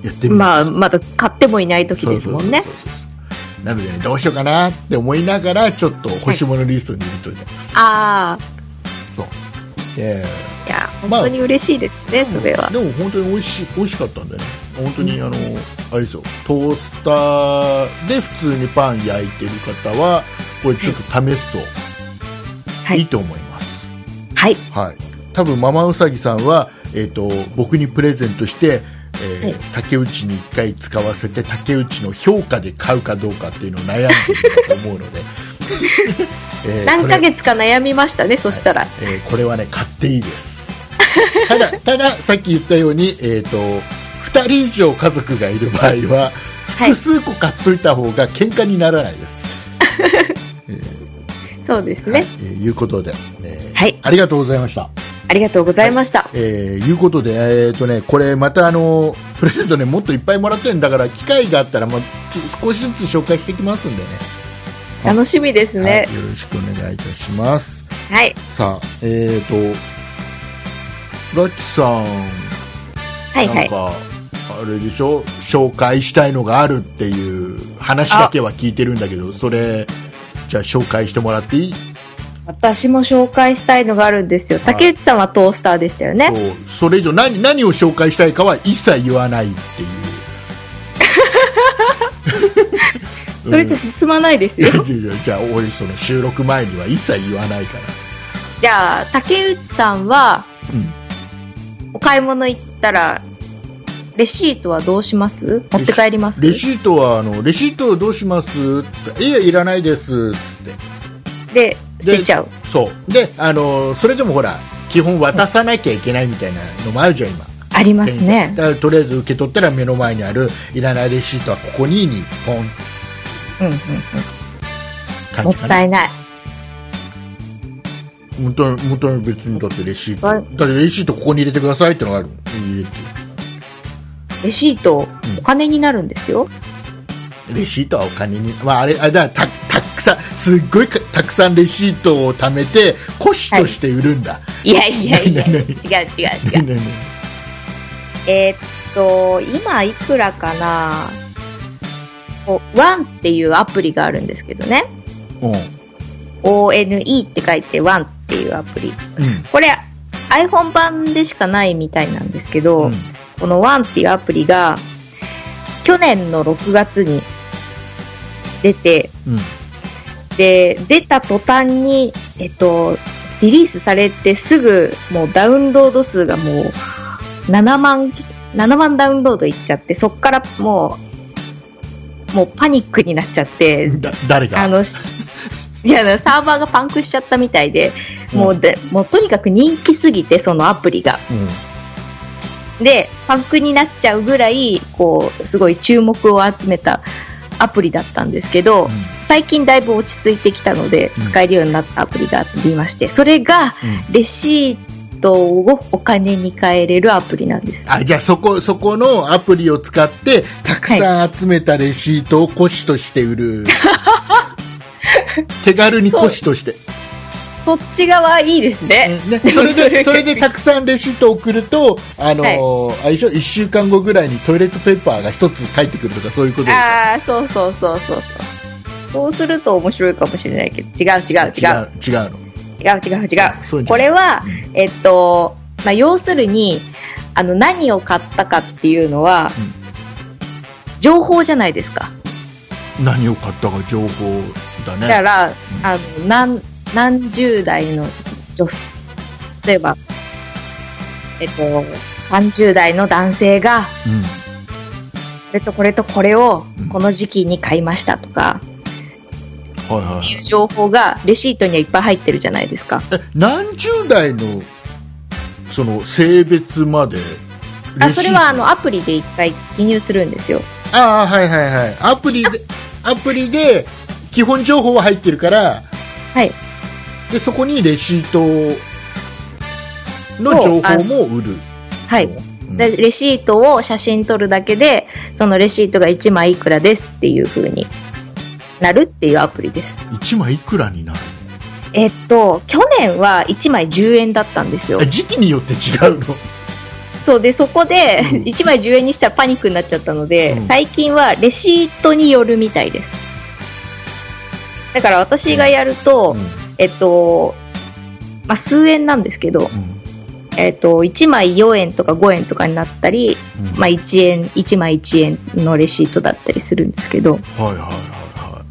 Speaker 2: やってみ
Speaker 3: うん。
Speaker 2: る
Speaker 3: まあ、まだ買ってもいない時ですもんね
Speaker 2: そう。そうそうそうなのでねどうしようかなって思いながらちょっと欲しいものリストに入れといて、
Speaker 3: ああ、
Speaker 2: え
Speaker 3: いや、本
Speaker 2: まあ
Speaker 3: 当に嬉しいですね、
Speaker 2: ー
Speaker 3: それは。
Speaker 2: でも本当に美味しい美味しかったんだよね本当にあの、あれですよトースターで普通にパン焼いてる方はこれちょっと試すと
Speaker 3: はい
Speaker 2: いいと思います、
Speaker 3: はい。
Speaker 2: はい、多分ママウサギさんは、えー、と僕にプレゼントして、えー
Speaker 3: はい
Speaker 2: 竹内に1回使わせて竹内の評価で買うかどうかっていうのを悩んでると思うの で、えー
Speaker 3: 何ヶ月か悩みましたね、そしたら。
Speaker 2: これ,、えーこれはね買っていいですただたださっき言ったように、えー、と2人以上家族がいる場合は
Speaker 3: はい
Speaker 2: 複。数個買っといた方が喧嘩にならないです、えー
Speaker 3: そうです
Speaker 2: はい
Speaker 3: ね。
Speaker 2: えーいうことで、えー
Speaker 3: はい
Speaker 2: ありがとうございました
Speaker 3: ありがとうございました。
Speaker 2: えーいうことで、えーとね、これまたあのプレゼントねもっといっぱいもらってるんだから機会があったら、まあ、ち少しずつ紹介していきますんでねはい
Speaker 3: 楽しみですね。
Speaker 2: はい、よろしくお願いいたします
Speaker 3: はい。
Speaker 2: さあえーとラッチさん、
Speaker 3: はいは
Speaker 2: なん
Speaker 3: い。
Speaker 2: かあれでしょ紹介したいのがあるっていう話だけは聞いてるんだけどそれじゃあ紹介してもらっていい
Speaker 3: 私も紹介したいのがあるんですよ。
Speaker 2: はい
Speaker 3: 竹内さんはトースターでしたよね。
Speaker 2: そうそれ以上何何を紹介したいかは一切言わないって いう
Speaker 3: それじゃ進まないです
Speaker 2: い
Speaker 3: よ
Speaker 2: や。いやいやじゃあ俺その収録前には一切言わないから
Speaker 3: じゃあ、竹内さんは、
Speaker 2: うん
Speaker 3: お買い物行ったら、レシートはどうします持って帰ります
Speaker 2: レシートはあの「レシートどうします?」って「いやいらないです」っつって
Speaker 3: で、捨てちゃう。
Speaker 2: そうであのそれでもほら基本渡さなきゃいけないみたいなのもあるじゃん今
Speaker 3: ありますね。
Speaker 2: だからとりあえず受け取ったら目の前にある「いらないレシートはここに」にポン
Speaker 3: うんうんうん。
Speaker 2: 感
Speaker 3: もっ
Speaker 2: じか
Speaker 3: た
Speaker 2: ない
Speaker 3: ない。
Speaker 2: もったいないもったいない別にだってレシート
Speaker 3: はい
Speaker 2: だってレシートここに入れてくださいってのがある入れて
Speaker 3: レシート、
Speaker 2: ん
Speaker 3: お金になるんですよ。
Speaker 2: レシートはお金に、まあ、あれあだたたくさんすっごいかたくさんレシートを貯めて古紙として売るんだ、
Speaker 3: いやいや いや、違う違う
Speaker 2: ね
Speaker 3: 違う。
Speaker 2: ねね
Speaker 3: えーっと、今いくらかなこうワンっていうアプリがあるんですけどね。
Speaker 2: うん
Speaker 3: ONE って書いてワンっていうアプリ。これ iPhone 版でしかないみたいなんですけ
Speaker 2: う
Speaker 3: ど、
Speaker 2: んうん
Speaker 3: このワンっていうアプリが、去年の6月に出て、
Speaker 2: うん
Speaker 3: で、出た途端に、えっと、リリースされてすぐ、もうダウンロード数がもう、7万、7万ダウンロードいっちゃって、そっからもう、もうパニックになっちゃって、
Speaker 2: だ誰が
Speaker 3: あの、しいや、サーバーがパンクしちゃったみたいで、もうで、もうとにかく人気すぎて、そのアプリが。
Speaker 2: うん
Speaker 3: で、パンクになっちゃうぐらい、こう、すごい注目を集めたアプリだったんですけど、最近だいぶ落ち着いてきたので
Speaker 2: うん、
Speaker 3: 使えるようになったアプリがありまして、それが、
Speaker 2: うん
Speaker 3: レシートをお金に換えれるアプリなんです。
Speaker 2: あじゃあそこそこのアプリを使ってたくさん集めたレシートを古紙として売 る、手軽に古紙として
Speaker 3: そっち側いいですね。
Speaker 2: ね、それで
Speaker 3: それ
Speaker 2: それでたくさんレシートを送るとあのー、あれでしょ1週間後ぐらいにトイレットペーパーが1つ返ってくるとかそういうことで
Speaker 3: ああ、そうそうそうそうそう。そうすると面白いかもしれないけど、違う違う違う。
Speaker 2: 違う違うの
Speaker 3: 違う違う違う。
Speaker 2: そういうんじゃな
Speaker 3: こ
Speaker 2: い
Speaker 3: れは、えっと、まあ、要するに、あの、何を買ったかっていうのは、
Speaker 2: うん
Speaker 3: 情報じゃないですか。
Speaker 2: 何を買ったか情報だ
Speaker 3: だか
Speaker 2: ね
Speaker 3: ら、あの、何、何十代の女性、例えば、えっと、30代の男性が、
Speaker 2: う
Speaker 3: これとこれとこれを
Speaker 2: うん、
Speaker 3: この時期に買いましたとか、
Speaker 2: んはいはいはい
Speaker 3: いう情報が、レシートにはいっぱい入ってるじゃないですか。
Speaker 2: え何十代のその性別まで
Speaker 3: あ
Speaker 2: レシ
Speaker 3: そ
Speaker 2: ート
Speaker 3: れは、あの、アプリで一回記入するんですよ。
Speaker 2: ああはいはいはいアプリでアプリで基本情報は入ってるから
Speaker 3: はい
Speaker 2: でそこにレシートの情報も売る
Speaker 3: はい。
Speaker 2: うん
Speaker 3: でレシートを写真撮るだけでそのレシートが1枚いくらですっていう風になるっていうアプリです
Speaker 2: 1枚いくらになる
Speaker 3: えっと去年は1枚10円だったんですよ
Speaker 2: あ時期によって違うの
Speaker 3: そうでそこで
Speaker 2: うん
Speaker 3: 1枚10円にしたらパニックになっちゃったので、
Speaker 2: うん
Speaker 3: 最近はレシートによるみたいですだから私がやると、
Speaker 2: うん
Speaker 3: えっとまあ、数円なんですけど、
Speaker 2: うん
Speaker 3: えっと、1枚4円とか5円とかになったり、
Speaker 2: うん
Speaker 3: まあ、1円1枚1円のレシートだったりするんですけど
Speaker 2: はいはいはいは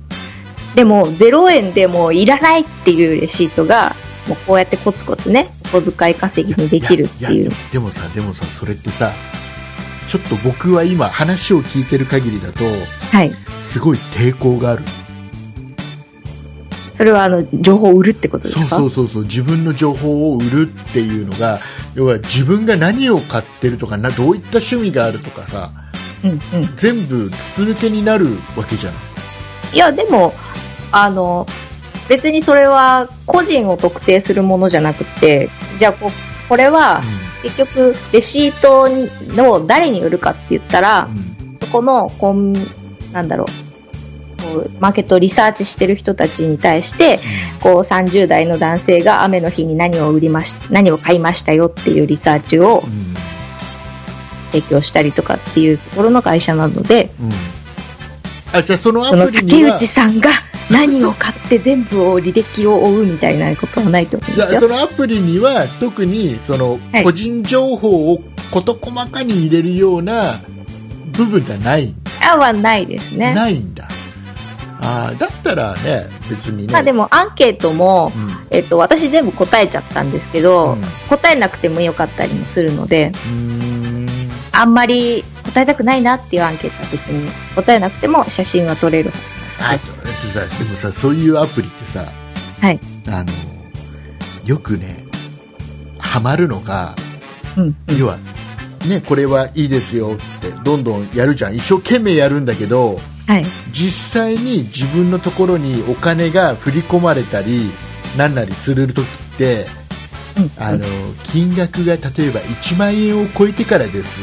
Speaker 3: でも0円でもういらないっていうレシートがもうこうやってコツコツねお小遣い稼ぎ
Speaker 2: い
Speaker 3: にできるって
Speaker 2: や
Speaker 3: い
Speaker 2: や
Speaker 3: う
Speaker 2: でもさでもさそれってさちょっと僕は今話を聞いてる限りだと
Speaker 3: はい
Speaker 2: すごい抵抗がある
Speaker 3: それはあの情報を売るってことで
Speaker 2: そ
Speaker 3: す
Speaker 2: う
Speaker 3: か
Speaker 2: そうそうそう自分の情報を売るっていうのが要は自分が何を買ってるとかなどういった趣味があるとかさ
Speaker 3: うんうん
Speaker 2: 全部筒抜けになるわけじゃない
Speaker 3: いやでもあの別にそれは個人を特定するものじゃなくてじゃあここれは結局レシートの誰に売るかって言ったら、
Speaker 2: うんうん
Speaker 3: そこの、こん、なんだろう、こうマーケットをリサーチしてる人たちに対して、こう30代の男性が雨の日に何を売りまし、何を買いましたよっていうリサーチを提供したりとかっていうところの会社なので、
Speaker 2: うんうんあじゃあそのア
Speaker 3: その
Speaker 2: プリに
Speaker 3: 竹
Speaker 2: は
Speaker 3: 内さんが何を買って全部を履歴を追うみたいなことはないと思うん
Speaker 2: い
Speaker 3: で
Speaker 2: や
Speaker 3: すよ。
Speaker 2: そのアプリには特にその
Speaker 3: はい
Speaker 2: 個人情報を事細かに入れるような部分がない、
Speaker 3: あはないですね。
Speaker 2: ないんだあーだったらね別にね、
Speaker 3: まあでもアンケートも、
Speaker 2: うん
Speaker 3: えっと、私全部答えちゃったんですけど、
Speaker 2: うんう
Speaker 3: 答えなくてもよかったりもするので、
Speaker 2: ーん
Speaker 3: あんまり答えたくないなっていうアンケートは別に答えなくても写真は撮れる。
Speaker 2: あとさでもさそういうアプリってさ、
Speaker 3: はい
Speaker 2: あのよくねハマるのが、
Speaker 3: うん。
Speaker 2: 要は、ね、これはいいですよってどんどんやるじゃん一生懸命やるんだけど
Speaker 3: はい。
Speaker 2: 実際に自分のところにお金が振り込まれたりなんなりする時って
Speaker 3: うん。
Speaker 2: あの金額が例えば1万円を超えてからです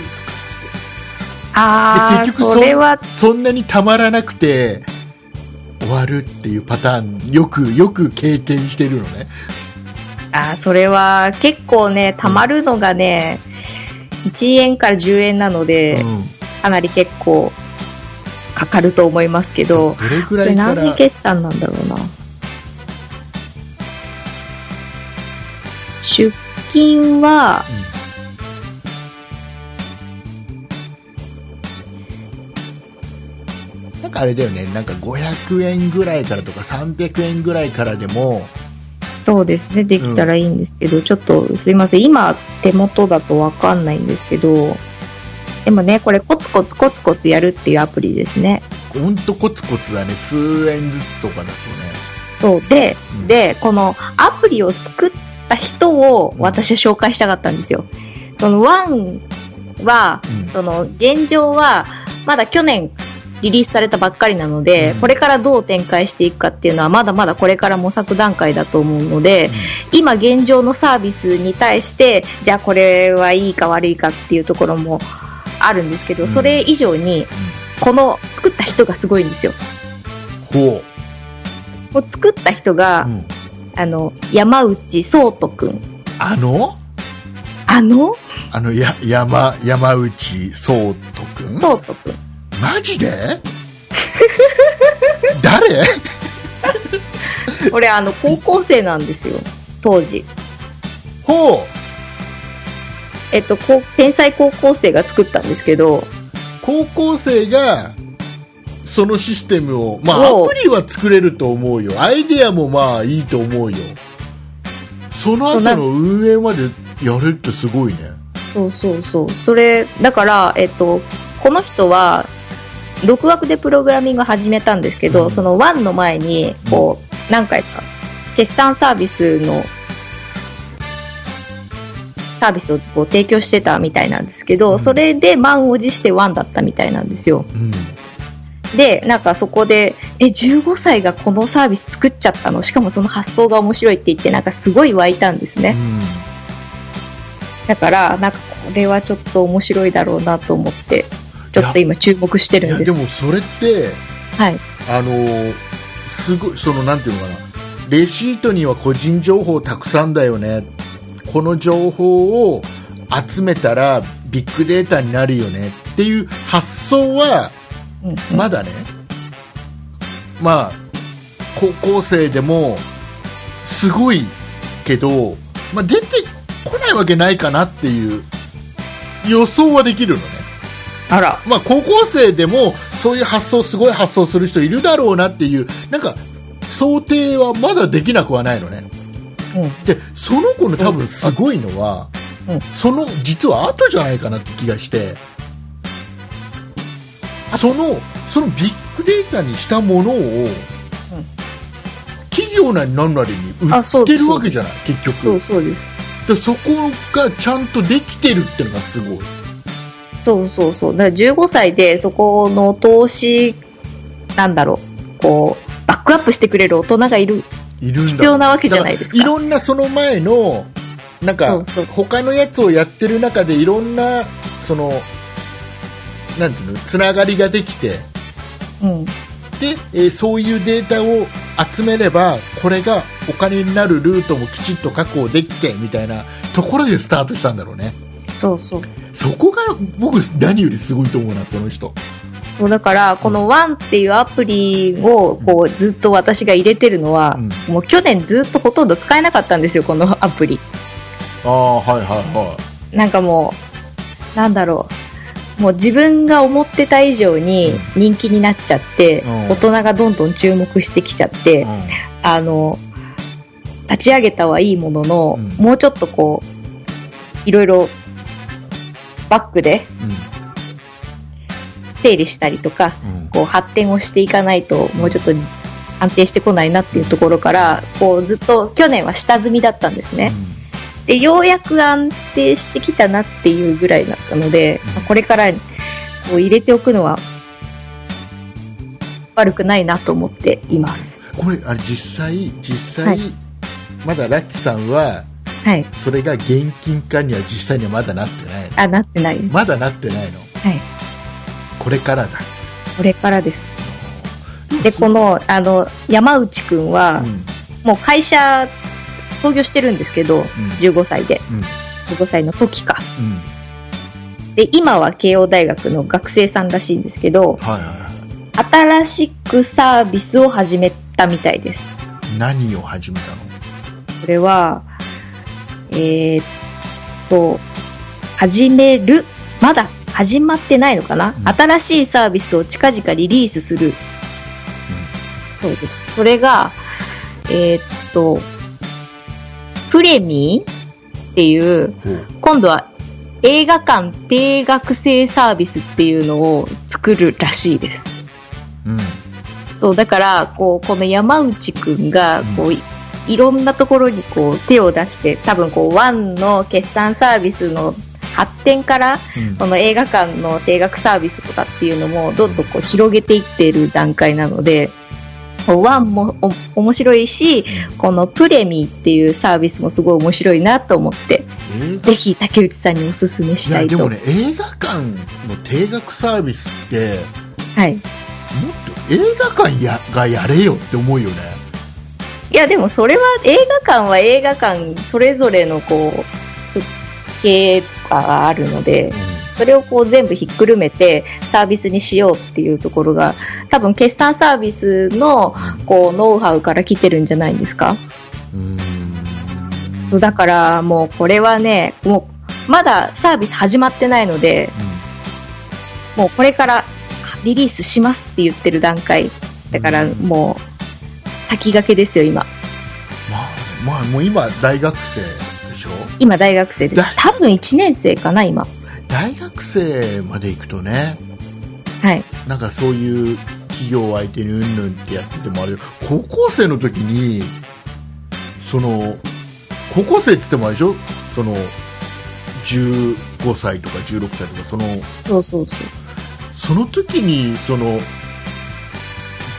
Speaker 3: あ
Speaker 2: で
Speaker 3: ー、
Speaker 2: 結局
Speaker 3: それは、
Speaker 2: そんなにたまらなくて終わるっていうパターンよくよく経験してるのね
Speaker 3: あーそれは結構ね、貯まるのがね、1円から10円なので、
Speaker 2: う
Speaker 3: かなり結構かかると思いますけ
Speaker 2: ん、
Speaker 3: ど、
Speaker 2: どれぐ
Speaker 3: こ
Speaker 2: ら
Speaker 3: れ
Speaker 2: いか
Speaker 3: 何
Speaker 2: ら
Speaker 3: 時決算なんだろうな。出勤は、
Speaker 2: あれだよねなんか500円ぐらいからとか300円ぐらいからでも
Speaker 3: そうですねできたらいいんですけど、ちょっとすいません今手元だとわかんないんですけどでもねこれコツコツコツコツやるっていうアプリですね
Speaker 2: ほんとコツコツだね数円ずつとかだとね
Speaker 3: そうで
Speaker 2: うん
Speaker 3: でこのアプリを作った人を私は紹介したかったんですよその1はその現状はまだ去年リリースされたばっかりなので、
Speaker 2: うん
Speaker 3: これからどう展開していくかっていうのはまだまだこれから模索段階だと思うので、今現状のサービスに対してじゃあこれはいいか悪いかっていうところもあるんですけ
Speaker 2: う
Speaker 3: ど、
Speaker 2: ん
Speaker 3: それ以上にこの作った人がすごいんですよ。
Speaker 2: うん、ほ
Speaker 3: こう作った人が、
Speaker 2: う、うん、
Speaker 3: あの山内聡人くん
Speaker 2: あの
Speaker 3: あの
Speaker 2: あのや山山内聡人君
Speaker 3: 聡人くん
Speaker 2: マジ で誰
Speaker 3: 俺あの高校生なんですよ当時。
Speaker 2: ほう
Speaker 3: えっと、こう天才高校生が作ったんですけど、
Speaker 2: 高校生がそのシステムを、まあ、ア
Speaker 3: おう
Speaker 2: プリは作れると思うよアイデアもまあいいと思うよその後
Speaker 3: そうなん
Speaker 2: の運営までやるってすごいね
Speaker 3: そうそうそう。それ、だから、えっと、この人は、独学でプログラミングを始めたんですけど、
Speaker 2: うん
Speaker 3: その1の前に、こう、何回か、決算サービスの、サービスをこう提供してたみたいなんですけど、
Speaker 2: うん
Speaker 3: それで満を持して1だったみたいなんですよ。
Speaker 2: うん
Speaker 3: で、なんかそこで、え、15歳がこのサービス作っちゃったのしかもその発想が面白いって言って、なんかすごい湧いたんですね。
Speaker 2: うん
Speaker 3: だから、なんかこれはちょっと面白いだろうなと思って、ちょっと今注目して
Speaker 2: い
Speaker 3: る
Speaker 2: や
Speaker 3: んで。
Speaker 2: ですもそれって
Speaker 3: はい。
Speaker 2: あのーすごいそのなんていうのかなレシートには個人情報たくさんだよねこの情報を集めたらビッグデータになるよねっていう発想は
Speaker 3: うん
Speaker 2: まだね、まあ、高校生でも、すごいけど、まあ、出てこないわけないかなっていう予想はできるのね。
Speaker 3: あら。
Speaker 2: まあ、高校生でも、そういう発想、すごい発想する人いるだろうなっていう、なんか、想定はまだできなくはないのね。
Speaker 3: うん。
Speaker 2: で、その子の多分すごいのは、
Speaker 3: うん
Speaker 2: その、実は後じゃないかなって気がして、その、そのビッグデータにしたものを、企業なりなんなりに
Speaker 3: あそ
Speaker 2: 売っ
Speaker 3: うで
Speaker 2: て
Speaker 3: す
Speaker 2: るわけじゃない、結
Speaker 3: そう
Speaker 2: 局。
Speaker 3: そうです。
Speaker 2: で、そこがちゃんとできてるってのがすごい。
Speaker 3: そうそうそう。だから15歳でそこの投資、なんだろう、こう、バックアップしてくれる大人がいる。
Speaker 2: いるんだ
Speaker 3: 必要なわけじゃないですか
Speaker 2: だらいろんなその前のなんか
Speaker 3: そうそう
Speaker 2: 他のやつをやってる中でいろんなそのなんていうのつながりができて
Speaker 3: うん。
Speaker 2: で、えーそういうデータを集めればこれがお金になるルートもきちっと確保できてみたいなところでスタートしたんだろうね
Speaker 3: そうそう。
Speaker 2: そこが僕何よりすごいと思うなその人
Speaker 3: そうだから、このワンっていうアプリを、こう、ずっと私が入れてるのは、もう去年ずっとほとんど使えなかったんですよ、このアプリ。
Speaker 2: ああはいはいは
Speaker 3: なんかもう、なんだろう。もう自分が思ってた以上に人気になっちゃって、
Speaker 2: うん
Speaker 3: 大人がどんどん注目してきちゃって、あの、立ち上げたはいいものの、
Speaker 2: うん
Speaker 3: もうちょっとこう、いろいろバックで整理したりとか、
Speaker 2: うんうん
Speaker 3: こう発展をしていかないと、もうちょっと安定してこないなっていうところから、こうずっと去年は下積みだったんですね。で、ようやく安定してきたなっていうぐらいだったので、
Speaker 2: うん
Speaker 3: まあこれからこう入れておくのは悪くないなと思っています。
Speaker 2: これあれ実際実際、
Speaker 3: はい
Speaker 2: まだラッチさんは
Speaker 3: はい。
Speaker 2: それが現金化には実際にはまだなってないの
Speaker 3: あ、なってない。
Speaker 2: まだなってないの
Speaker 3: はい。
Speaker 2: これからだ
Speaker 3: これからです。で、この、あの、山内くん
Speaker 2: う
Speaker 3: は
Speaker 2: ん、
Speaker 3: もう会社、創業してるんですけど、15歳で、
Speaker 2: うん
Speaker 3: 15歳の時か。
Speaker 2: うんうん
Speaker 3: で、今は慶応大学の学生さんらしいんですけど、
Speaker 2: はいはいは
Speaker 3: 新しくサービスを始めたみたいです。
Speaker 2: い何を始めたの
Speaker 3: これは、えーっと、始める、まだ始まってないのかな、
Speaker 2: うん
Speaker 3: 新しいサービスを近々リリースするそうです。それが、えーっと、プレミーっていう、
Speaker 2: ほう
Speaker 3: 今度は映画館定額制サービスっていうのを作るらしいです。
Speaker 2: うん
Speaker 3: そう、だから、こう、この山内くんが、こう、いいろんなところにこう手を出して、多分こう、ワンの決算サービスの発展から、
Speaker 2: うん
Speaker 3: この映画館の定額サービスとかっていうのも、どんどんこう広げていっている段階なので、こうワンもお面白いし、このプレミーっていうサービスもすごい面白いなと思って、
Speaker 2: 映画
Speaker 3: ぜひ竹内さんにおすすめし
Speaker 2: い
Speaker 3: た
Speaker 2: や
Speaker 3: い
Speaker 2: で
Speaker 3: と。
Speaker 2: もね映画館の定額サービスって
Speaker 3: はい。
Speaker 2: もっと映画館やがやれよって思うよね
Speaker 3: いや、でもそれは映画館は映画館それぞれのこう、す経営とかがあるので、それをこう全部ひっくるめてサービスにしようっていうところが、多分決算サービスのこうノウハウから来てるんじゃないんですか
Speaker 2: うん
Speaker 3: そうだからもうこれはね、もうまだサービス始まってないので、もうこれからリリースしますって言ってる段階。だからもう先駆けですよ、今。
Speaker 2: まあまあもう今大学生でしょ
Speaker 3: 今大学生です
Speaker 2: だ。
Speaker 3: 多分1年生かな、今。
Speaker 2: 大学生まで行くとね
Speaker 3: はい。
Speaker 2: なんかそういう企業を相手にうんぬんってやっててもあれ高校生の時にその高校生って言ってもあれでしょその15歳とか16歳とかその
Speaker 3: そうそうそう。
Speaker 2: その時にその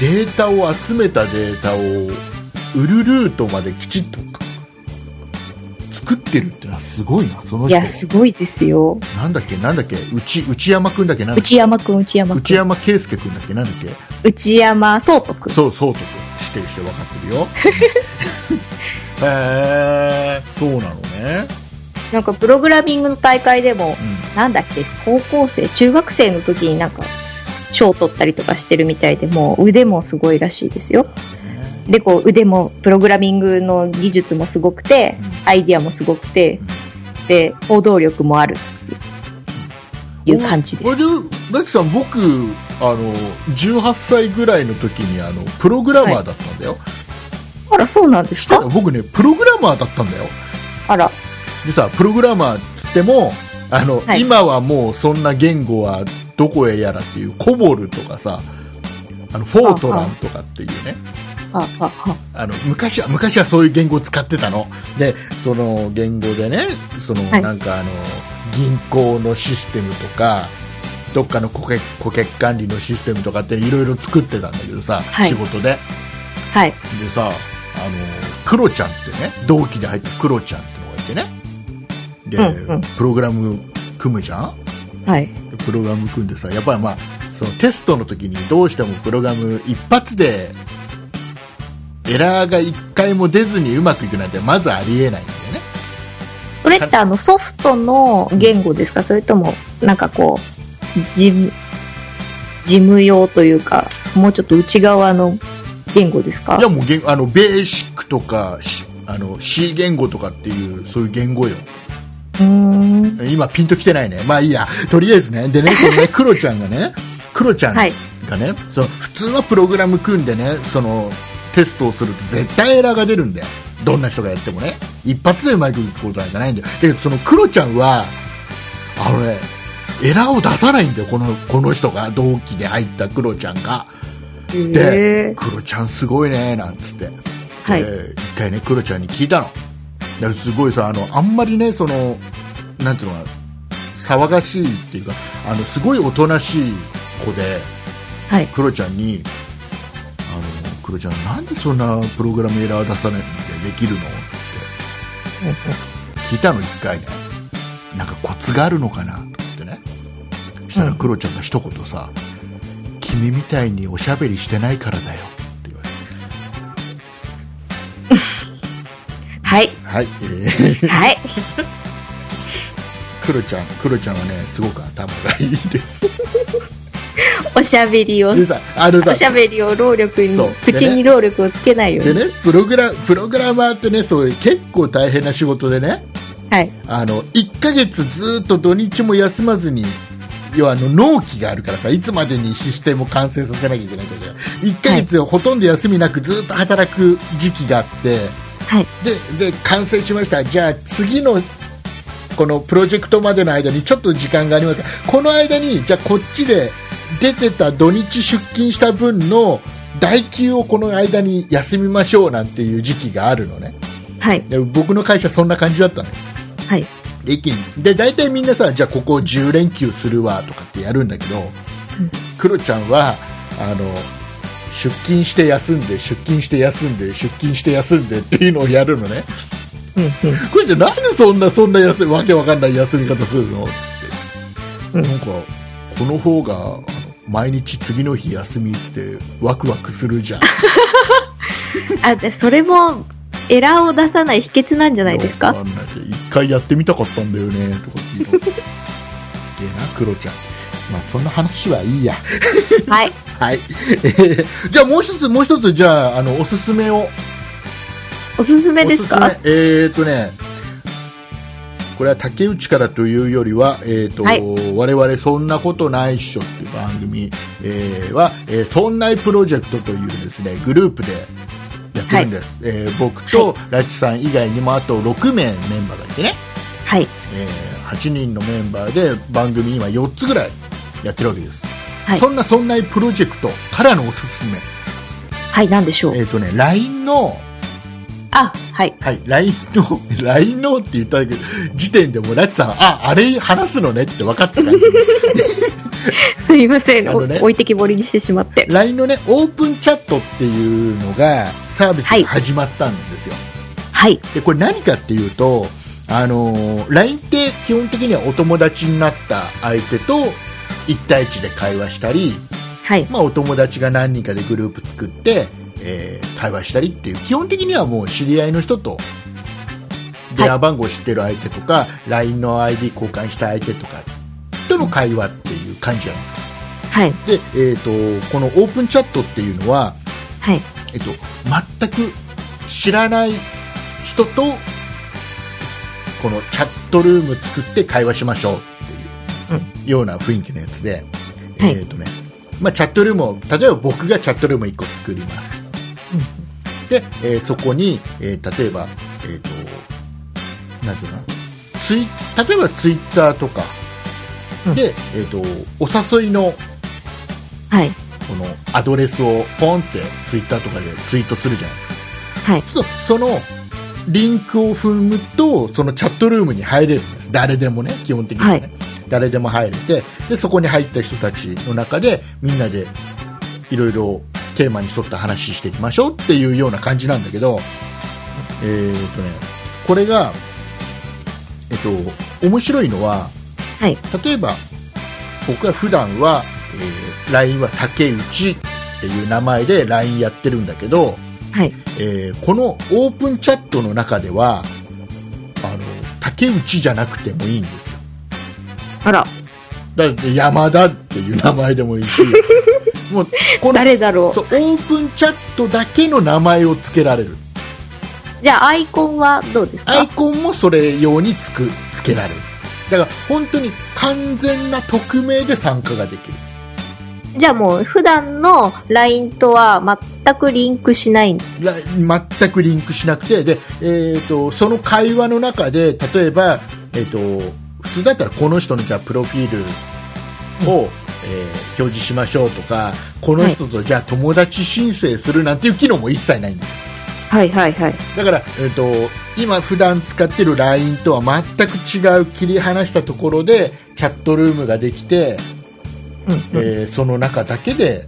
Speaker 2: データを集めたデータを売るルートまできちっと作ってるってのはすごいなその
Speaker 3: い
Speaker 2: 人
Speaker 3: や、すごいですよ。
Speaker 2: なんだっけなんだっけ内内山くんだっけなんだっけ
Speaker 3: 内山くん、内山くん。
Speaker 2: 内山圭介くんだっけなんだっけ
Speaker 3: 内山聡人くん。
Speaker 2: そう、そうとく知ってる人分かって るよ。へえー、そうなのね。
Speaker 3: なんかプログラミングの大会でも、
Speaker 2: う
Speaker 3: なんだっけ、高校生、中学生の時になんか、賞を取ったりとかしてるみたいで、もう腕もすごいらしいですよ。
Speaker 2: ん。ね
Speaker 3: で、こう腕も、プログラミングの技術もすごくて、アイディアもすごくて、で、行動力もあるっていういう感じで
Speaker 2: これで、大樹さん、僕、あの、18歳ぐらいの時に、あの、プログラマーだったんだよ。
Speaker 3: す。あら、そうなんで
Speaker 2: し
Speaker 3: す
Speaker 2: たら
Speaker 3: か
Speaker 2: 僕ね、プログラマーだったんだよ。
Speaker 3: あら、
Speaker 2: でさ、プログラマーっつっても、あの、
Speaker 3: はい
Speaker 2: 今はもうそんな言語はどこへやらっていう、コボルとかさ、あの、フォートランとかっていうね。
Speaker 3: あ、あ、あ、
Speaker 2: あの昔は昔はそういう言語を使ってたのでその言語でねその、
Speaker 3: はい
Speaker 2: なんかあの銀行のシステムとかどっかの顧客顧客管理のシステムとかっていろいろ作ってたんだけどさ、
Speaker 3: はい
Speaker 2: 仕事で
Speaker 3: はい、
Speaker 2: でさあのクロちゃんってね同期で入ったクロちゃんってのがいてねで、
Speaker 3: うんうん
Speaker 2: プログラム組むじゃん
Speaker 3: はい、
Speaker 2: でプログラム組んでさやっぱりまあそのテストの時にどうしてもプログラム一発でエラーが一回も出ずにうまくいくなんてまずありえないんだよね
Speaker 3: それってあのソフトの言語ですかそれともなんかこう事務事務用というかもうちょっと内側の言語ですか
Speaker 2: いやもうげんあのベーシックとかしあの C 言語とかっていうそういう言語よ
Speaker 3: うーん
Speaker 2: 今ピンときてないねまあいいやとりあえずねでねそのねクロちゃんがねクロちゃん
Speaker 3: はい
Speaker 2: がね、その普通はプログラム組んでねそのテストをすると絶対エラーが出るんだよどんな人がやってもね一発でうまくいくことなんじゃないんだよだけどそのクロちゃんはあのねエラーを出さないんだよこのこの人が同期で入ったクロちゃんがで
Speaker 3: へー
Speaker 2: クロちゃんすごいねなんつって
Speaker 3: はい
Speaker 2: で一回ねクロちゃんに聞いたのだすごいさあのあんまりねそのなんていうのかな騒がしいっていうかあのすごいおとなしい子で
Speaker 3: はい
Speaker 2: クロちゃんにあの「クロちゃんなんでそんなプログラムエラー出さないでできるの?」って聞いたの一回ねなんかコツがあるのかなと思ってねそしたら
Speaker 3: うん
Speaker 2: クロちゃんが一言さ「君みたいにおしゃべりしてないからだよ」って言われて
Speaker 3: はい
Speaker 2: はい、えー
Speaker 3: はい
Speaker 2: クロちゃん、クロちゃんはね、すごく頭がいいです。
Speaker 3: おしゃべりを
Speaker 2: でさ、あのさ
Speaker 3: おし、ゃべりを労力に、
Speaker 2: そうでね
Speaker 3: 口に労力をつけないよう
Speaker 2: で
Speaker 3: に
Speaker 2: ね、プログラ、プログラマーってね、そういう結構大変な仕事でね、
Speaker 3: はい
Speaker 2: あの、1ヶ月ずっと土日も休まずに要はあの納期があるからさいつまでにシステムを完成させなきゃいけないから1ヶ月ほとんど休みなくずっと働く時期があって
Speaker 3: はい。
Speaker 2: でで完成しましたじゃあ次のこのプロジェクトまでの間にちょっと時間がありますこの間にじゃあこっちで出てた土日出勤した分の代給をこの間に休みましょうなんていう時期があるのね
Speaker 3: はい。
Speaker 2: で僕の会社そんな感じだったのよ
Speaker 3: はい。
Speaker 2: で一気にで大体みんなさじゃあここ10連休するわとかってやるんだけど、
Speaker 3: うん
Speaker 2: クロちゃんはあの出勤して休んで出勤して休んで出勤して休んでっていうのをやるのね
Speaker 3: うん
Speaker 2: クロちゃんなんでそんなそんな休みわけわかんない休み方するのって、
Speaker 3: うん
Speaker 2: なんかこの方があの毎日次の日休みっつってワクワクするじゃん
Speaker 3: うん。あ、で、それも、エラーを出さない秘訣なんじゃないです
Speaker 2: わ
Speaker 3: か
Speaker 2: かんないけど一回やってみたかったんだよねとかって言うとすげえなクロちゃんまあそんな話はいいや
Speaker 3: はい。
Speaker 2: はい、 えーじゃあもう一つもう一つじゃああのおすすめを
Speaker 3: おすすめです
Speaker 2: お
Speaker 3: か
Speaker 2: すすめえー、とねこれは竹内からというよりは、えーと
Speaker 3: はい
Speaker 2: 我々そんなことないっしょっていう番組、えーは、えーそんないプロジェクトというですねグループでやってるんです、えー僕とラチさん以外にもあと6名メンバーがいてね、
Speaker 3: はい。
Speaker 2: えー8人のメンバーで番組今4つぐらいやってるわけです、
Speaker 3: はい
Speaker 2: そんなそんないプロジェクトからのおすすめ
Speaker 3: はい、なんでしょう
Speaker 2: えっ、とね、LINE の、
Speaker 3: あ、はい。
Speaker 2: はい、LINE の、LINE のって言ったけど、時点でもう、ラチさん、あ、あれ話すのねって分かった感じ。
Speaker 3: すいません。
Speaker 2: あ
Speaker 3: お
Speaker 2: のね
Speaker 3: 置いてきぼりにしてしまって。
Speaker 2: LINE のね、オープンチャットっていうのが、サービスが始まったんですよ。
Speaker 3: はい。
Speaker 2: で、これ何かっていうと、あのー LINE って基本的にはお友達になった相手と、一対一で会話したり、
Speaker 3: はい。
Speaker 2: まあ、お友達が何人かでグループ作って、えー会話したりっていう基本的にはもう知り合いの人と電話番号知ってる相手とか、LINE の ID 交換した相手とかとの会話っていう感じじゃないですか
Speaker 3: はい。
Speaker 2: で、えー、とこのオープンチャットっていうのは、
Speaker 3: はい。
Speaker 2: えっと全く知らない人とこのチャットルーム作って会話しましょうっていうような雰囲気のやつで、
Speaker 3: はい
Speaker 2: えっとねまあ、チャットルームを例えば僕がチャットルーム1個作ります、で、えーそこに、えー例えば、えっとなんていうのかなツイ例えばツイッターとか
Speaker 3: うん
Speaker 2: で、えっとお誘いの
Speaker 3: はい。
Speaker 2: このアドレスをポンってツイッターとかでツイートするじゃないですか
Speaker 3: はい。
Speaker 2: ちょっとそのリンクを踏むとそのチャットルームに入れるんです誰でもね基本的にはね、
Speaker 3: はい
Speaker 2: 誰でも入れてでそこに入った人たちの中でみんなでいろいろテーマに沿った話していきましょうっていうような感じなんだけどえー、とねこれがえっと面白いのは
Speaker 3: はい。
Speaker 2: 例えば僕は普段は、えー LINE は竹内っていう名前で LINE やってるんだけど、
Speaker 3: はい。
Speaker 2: えーこのオープンチャットの中ではあの竹内じゃなくてもいいんですよ
Speaker 3: あら、
Speaker 2: だって山田っていう名前でもいいしもうこの
Speaker 3: 誰だろ
Speaker 2: そうオープンチャットだけの名前を付けられる
Speaker 3: う。じゃあ、アイコンはどうです
Speaker 2: ア
Speaker 3: か
Speaker 2: イコンもそれ用につく付けられるだから本当に完全な匿名で参加ができる
Speaker 3: じゃあもう、普段の LINE とは全くリンクしない。
Speaker 2: ら全くリンクしなくてで、えー、とその会話の中で例えば、えー、と普通だったらこの人のじゃあプロフィールを、えー表示しましょうとかこの人とじゃあ友達申請するなんていう機能も一切ないんですよ
Speaker 3: はいはいはい。
Speaker 2: だから、えー、と今普段使ってる LINE とは全く違う切り離したところでチャットルームができて、
Speaker 3: うんうん。
Speaker 2: えーその中だけで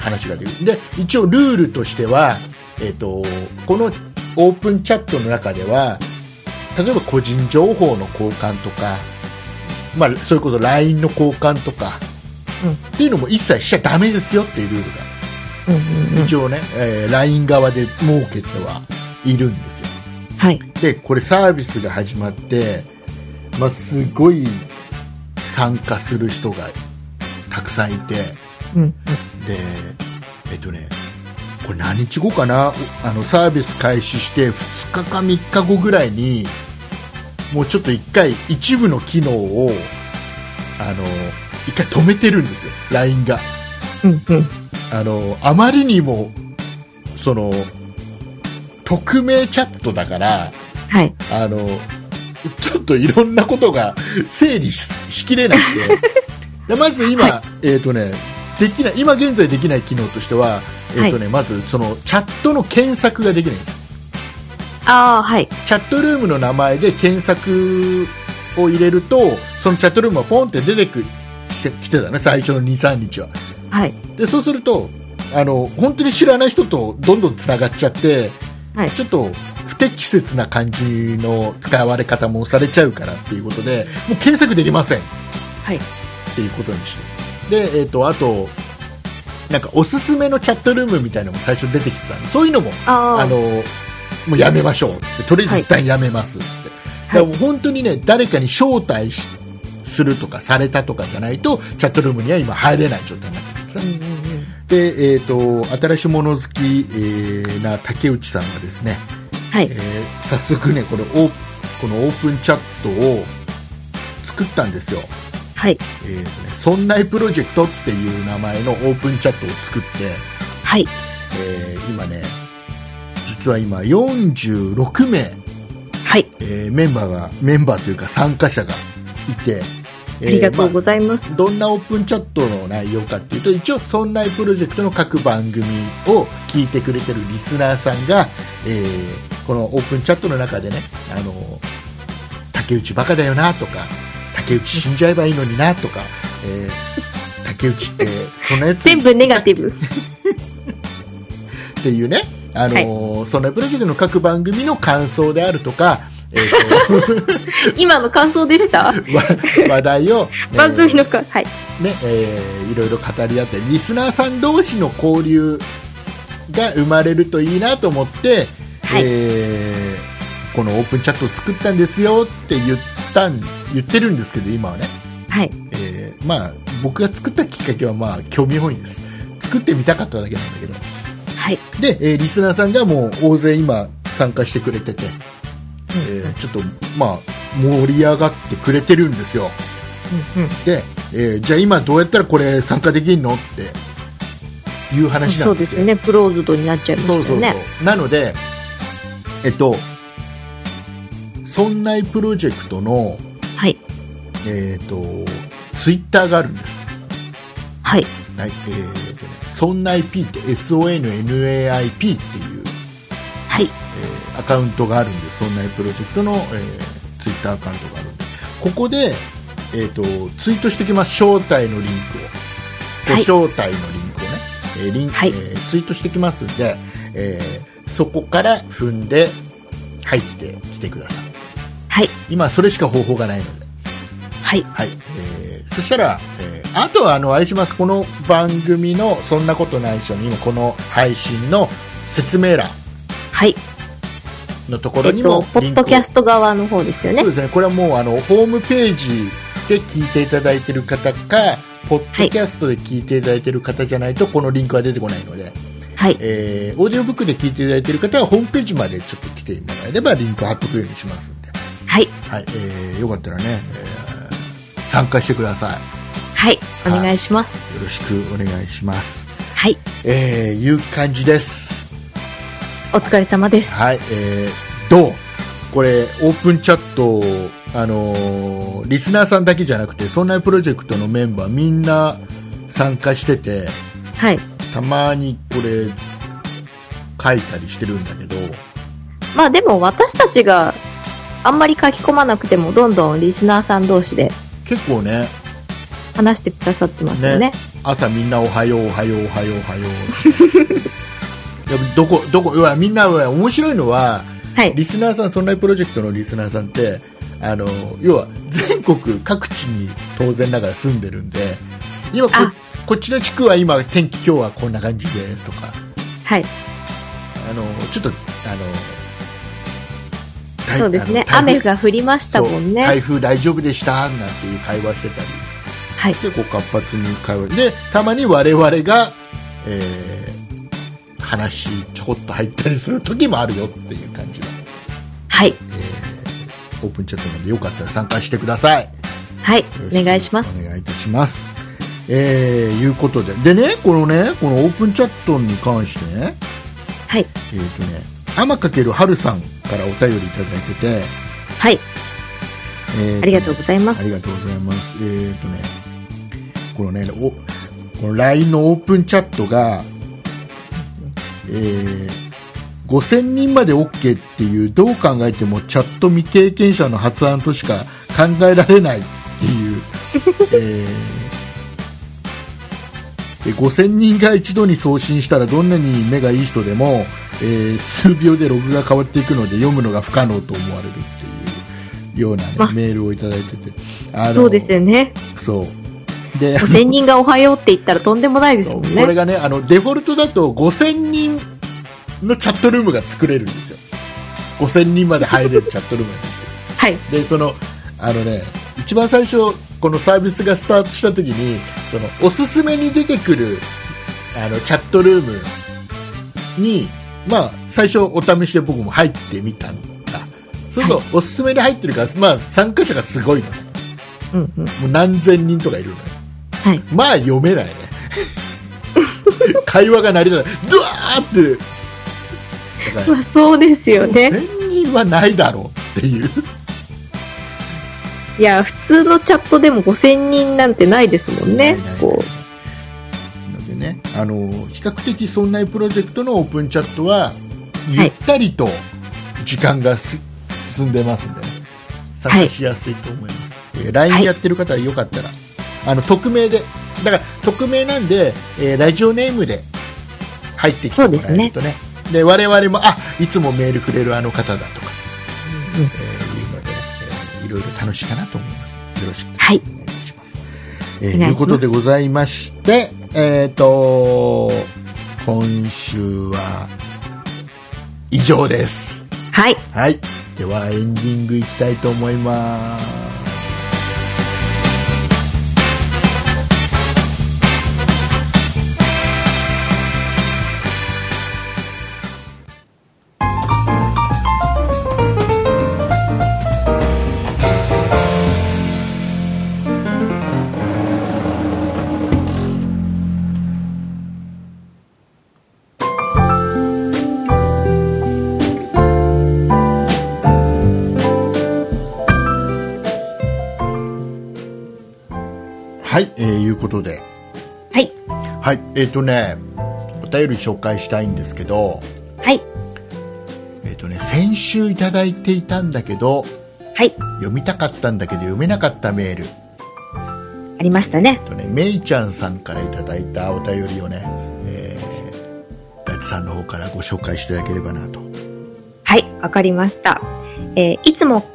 Speaker 2: 話ができるで一応ルールとしては、えー、とこのオープンチャットの中では例えば個人情報の交換とか、まあ、それこそ LINE の交換とか、
Speaker 3: うん
Speaker 2: っていうのも一切しちゃダメですよっていうルール
Speaker 3: うんうんう
Speaker 2: が
Speaker 3: ん。
Speaker 2: 一応ね、えー LINE 側で設けてはいるんですよ
Speaker 3: はい。
Speaker 2: でこれサービスが始まって、まあ、すごい参加する人がたくさんいて、
Speaker 3: うんうん。
Speaker 2: でえっとねこれ何日後かなおあのサービス開始して2日か3日後ぐらいにもうちょっと1回一部の機能をあの一回止めてるんですよ LINE が
Speaker 3: うんうん。
Speaker 2: あのあまりにもその匿名チャットだから
Speaker 3: はい。
Speaker 2: あのちょっといろんなことが 整理ししきれなく てでまず今、えっ、とねできない今現在できない機能としては、えーとねまずそのチャットの検索ができないんです
Speaker 3: ああ、はい。
Speaker 2: チャットルームの名前で検索を入れるとそのチャットルームがポンって出てくきてきてたね最初の23日は
Speaker 3: はい。
Speaker 2: でそうするとあの本当に知らない人とどんどんつながっちゃって、
Speaker 3: はい
Speaker 2: ちょっと不適切な感じの使われ方もされちゃうからっていうことでもう検索できません
Speaker 3: はい
Speaker 2: っていうことにしてで、えー、とあとなんかおすすめのチャットルームみたいなのも最初出てきてたんでそういうのも
Speaker 3: ああ。
Speaker 2: あのもうやめましょうってとりあえず一旦やめますって、だからもう本当にね誰かに招待しするとかされたとかじゃないとチャットルームには今入れない状態になってるんです
Speaker 3: うん
Speaker 2: ね
Speaker 3: うんうん。
Speaker 2: で、えー、と新しいもの好き、えーな竹内さんがですね、
Speaker 3: はい
Speaker 2: え。ー早速ねこれオーこのオープンチャットを作ったんですよ、
Speaker 3: はい。
Speaker 2: えーとね、そんないプロジェクトっていう名前のオープンチャットを作って、
Speaker 3: はい。
Speaker 2: えー今ね実は今46名、
Speaker 3: はい。
Speaker 2: えーメンバーがメンバーというか参加者がいて、えー
Speaker 3: ありがとうご
Speaker 2: ま
Speaker 3: ざいま
Speaker 2: あ
Speaker 3: す。
Speaker 2: どんなオープンチャットの内容かっていうと一応「そんなプロジェクト」の各番組を聞いてくれてるリスナーさんが、えーこのオープンチャットの中でねあの竹内バカだよなとか竹内死んじゃえばいいのになとか、えー竹内ってそんなやつ
Speaker 3: 全部ネガティブ。
Speaker 2: っていうね、あのーそのプロジェクトの各番組の感想であるとか、えー
Speaker 3: 今の感想 でした。
Speaker 2: とわ話題を、えー
Speaker 3: 番組のか、はい。
Speaker 2: ねえーいろいろ語り合ってリスナーさん同士の交流が生まれるといいなと思って、
Speaker 3: はい
Speaker 2: えーこのオープンチャットを作ったんですよって言ったん言ってるんですけど今はね、
Speaker 3: はい。
Speaker 2: えーまあ、僕が作ったきっかけは、まあ、興味本位です作ってみたかっただけなんだけど
Speaker 3: はい。
Speaker 2: で、えーリスナーさんがもう大勢今参加してくれてて、えーちょっとまあ盛り上がってくれてるんですよ
Speaker 3: うんうん。
Speaker 2: で、えーじゃあ今どうやったらこれ参加できるのっていう話な
Speaker 3: そ
Speaker 2: ん
Speaker 3: う
Speaker 2: で
Speaker 3: ですす
Speaker 2: よ
Speaker 3: ね。クローズドになっちゃいました
Speaker 2: そ
Speaker 3: よ
Speaker 2: う
Speaker 3: ね。
Speaker 2: そうそう、なのでえっとそんないプロジェクトの
Speaker 3: はい。
Speaker 2: えっ、とツイッターがあるんです
Speaker 3: はい。
Speaker 2: はいえーとねそんない P って SONNAIP っていう
Speaker 3: はい。
Speaker 2: えーアカウントがあるんでそんなプロジェクトの、えツイッター Twitter アカウントがあるんでここで、えー、とツイートしてきます招待のリンクを、
Speaker 3: はい
Speaker 2: ご招待のリンクをね、えーリンク
Speaker 3: はい
Speaker 2: えーツイートしてきますんで、えーそこから踏んで入ってきてください
Speaker 3: はい。
Speaker 2: 今それしか方法がないので、
Speaker 3: はい。
Speaker 2: はいえーそしたら、えーあとはあのあれしますこの番組の「そんなことないっしょ」に今この配信の説明欄
Speaker 3: はい。
Speaker 2: のとこ
Speaker 3: え
Speaker 2: ろ
Speaker 3: っ
Speaker 2: に
Speaker 3: と、
Speaker 2: も
Speaker 3: ポ
Speaker 2: リ
Speaker 3: ッ
Speaker 2: ンク
Speaker 3: ド
Speaker 2: を
Speaker 3: キャスト側の方ですよね
Speaker 2: そう。ですね、これはもうあのホームページで聞いていただいてる方か、ポッドキャストで聞いていただいてる方じゃないと、このリンクは出てこないので、
Speaker 3: はい。
Speaker 2: えーオーディオブックで聞いていただいてる方は、ホームページまでちょっと来てもらえれば、リンク貼っとくようにしますんで、
Speaker 3: はい。
Speaker 2: はいえーよかったらね、えー参加してください。
Speaker 3: はい。お願いします。
Speaker 2: よろしくお願いします。
Speaker 3: はい。
Speaker 2: えーいう感じです。
Speaker 3: お疲れ様です。
Speaker 2: はい、えーどうこれ、オープンチャット、あのーリスナーさんだけじゃなくて、そんなプロジェクトのメンバーみんな参加してて、
Speaker 3: はい。
Speaker 2: たまにこれ、書いたりしてるんだけど、
Speaker 3: まあでも私たちがあんまり書き込まなくてもどんどんリスナーさん同士で
Speaker 2: 結構ね、
Speaker 3: 話してくださってますよね。
Speaker 2: 朝みんなおはよう、おはよう、おはよう、おはよう。でもどこ、どこ、うわみんな、うわ面白いのは、
Speaker 3: はい。
Speaker 2: リスナーさん、そんなプロジェクトのリスナーさんって、あの要は全国各地に当然ながら住んでるんで、今こ
Speaker 3: あ
Speaker 2: こっちの地区は今、天気、今日はこんな感じですとか、
Speaker 3: はい。
Speaker 2: あのちょっと、あの台
Speaker 3: そうですね。
Speaker 2: あの台
Speaker 3: 雨
Speaker 2: 風
Speaker 3: が降りましたもん
Speaker 2: そう台
Speaker 3: ね。
Speaker 2: 風大丈夫でしたなんていう会話してたり、
Speaker 3: はい。
Speaker 2: 結構活発に会話で、たまに我々が、えー話ちょこっと入ったりする時もあるよっていう感じの。
Speaker 3: はい。
Speaker 2: オープンチャットなんでよかったら参加してください。よ
Speaker 3: はい
Speaker 2: ろ。しく
Speaker 3: お願いします。
Speaker 2: お願いいたします。えーいうことで。でね、このね、このオープンチャットに関してね、
Speaker 3: はい。
Speaker 2: えっ、とね、天かけるはるさんからお便りいただいてて、
Speaker 3: はい。
Speaker 2: えー
Speaker 3: ありがとうございま
Speaker 2: あり
Speaker 3: す。
Speaker 2: がとうございます。えっ、とね、このね、おこの LINE のオープンチャットが、えー5000人まで OK っていう、どう考えてもチャット未経験者の発案としか考えられないっ ていう、えーで5000人が一度に送信したらどんなに目がいい人でも、えー数秒でログが変わっていくので読むのが不可能と思われるっていうような、ね
Speaker 3: まあ、
Speaker 2: メールをいただいててあの
Speaker 3: そうですよね。
Speaker 2: そう で
Speaker 3: もう1000人がおはようって言ったらとんでもないですもん
Speaker 2: これ
Speaker 3: ね。
Speaker 2: がねあのデフォルトだと5000人のチャットルームが作れるんですよ5000人まで入れるチャットルームが
Speaker 3: はい。
Speaker 2: でそのあのね一番最初このサービスがスタートした時にそのおすすめに出てくるあのチャットルームにまあ最初お試しで僕も入ってみたんだそうするとおすすめで入ってるから、まあ、参加者がすごいのね
Speaker 3: うんうん。
Speaker 2: もう何千人とかいるのよ
Speaker 3: はい。
Speaker 2: まあ読め ないね会話が成り立たないドワーってだか
Speaker 3: まあ そうですよ
Speaker 2: ら
Speaker 3: ね。
Speaker 2: 1000人はないだろうっていう
Speaker 3: いや、普通のチャットでも5000人なんてないですもんね。こ
Speaker 2: なのでねあの比較的そんなプロジェクトのオープンチャットはゆったりと時間がす、進んでますんで、ね、参加しやすいと思います、えー LINE でやってる方はよかったら、あの匿名でだから匿名なんで、えーラジオネームで入ってきてもらえるとねで我々もあいつもメールくれるあの方だとか、
Speaker 3: うん
Speaker 2: えーいうので、えーいろいろ楽しいかなと思いますよろしくお
Speaker 3: はい
Speaker 2: 願いします、えー
Speaker 3: お願いします
Speaker 2: いうことでございまして、えっ、と、今週は以上です。
Speaker 3: う。はい。
Speaker 2: はい。ではエンディングいきたいと思います。はい、えーいうことで。
Speaker 3: はい。
Speaker 2: はい、えっ、とね、お便り紹介したいんですけど、
Speaker 3: はい。
Speaker 2: えっ、とね、先週いただいていたんだけど、
Speaker 3: はい。
Speaker 2: 読みたかったんだけど読めなかったメール。
Speaker 3: ありましたね
Speaker 2: えっ。とね、めいちゃんさんからいただいたお便りをね、えー、ラチさんの方からご紹介していただければなと。
Speaker 3: はい。わかりました。えーいつも、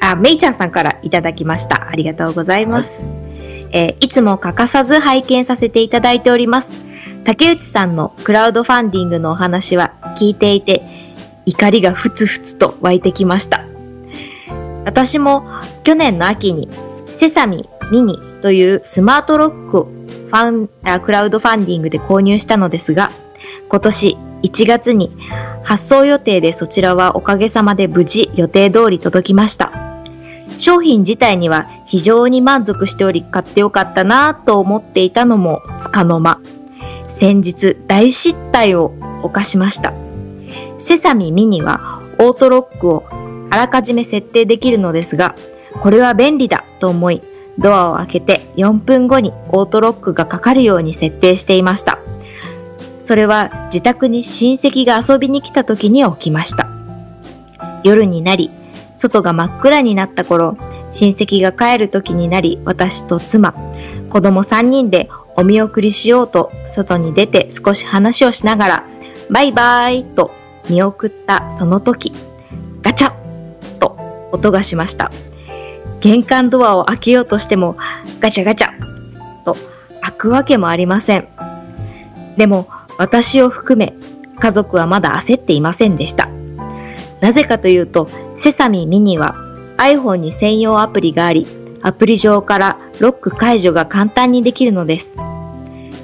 Speaker 3: あ、めいちゃんさんからいただきました。ありがとうございます。えーいつも欠かさず拝見させていただいております。竹内さんのクラウドファンディングのお話は聞いていて、怒りがふつふつと湧いてきました。私も去年の秋に、セサミミニというスマートロックをファンあクラウドファンディングで購入したのですが、今年1月に発送予定でそちらはおかげさまで無事予定通り届きました。商品自体には非常に満足しており買ってよかったなぁと思っていたのもつかの間。先日大失態を犯しました。セサミミニはオートロックをあらかじめ設定できるのですが、これは便利だと思い、ドアを開けて4分後にオートロックがかかるように設定していました。それは自宅に親戚が遊びに来た時に起きました。夜になり、外が真っ暗になった頃、親戚が帰る時になり、私と妻、子供3人でお見送りしようと、外に出て少し話をしながら、バイバイと見送ったその時、ガチャッと音がしました。玄関ドアを開けようとしても、ガチャガチャと開くわけもありません。でも私を含め家族はまだ焦っていませんでした。なぜかというとセサミミニは iPhone に専用アプリがあり、アプリ上からロック解除が簡単にできるのです。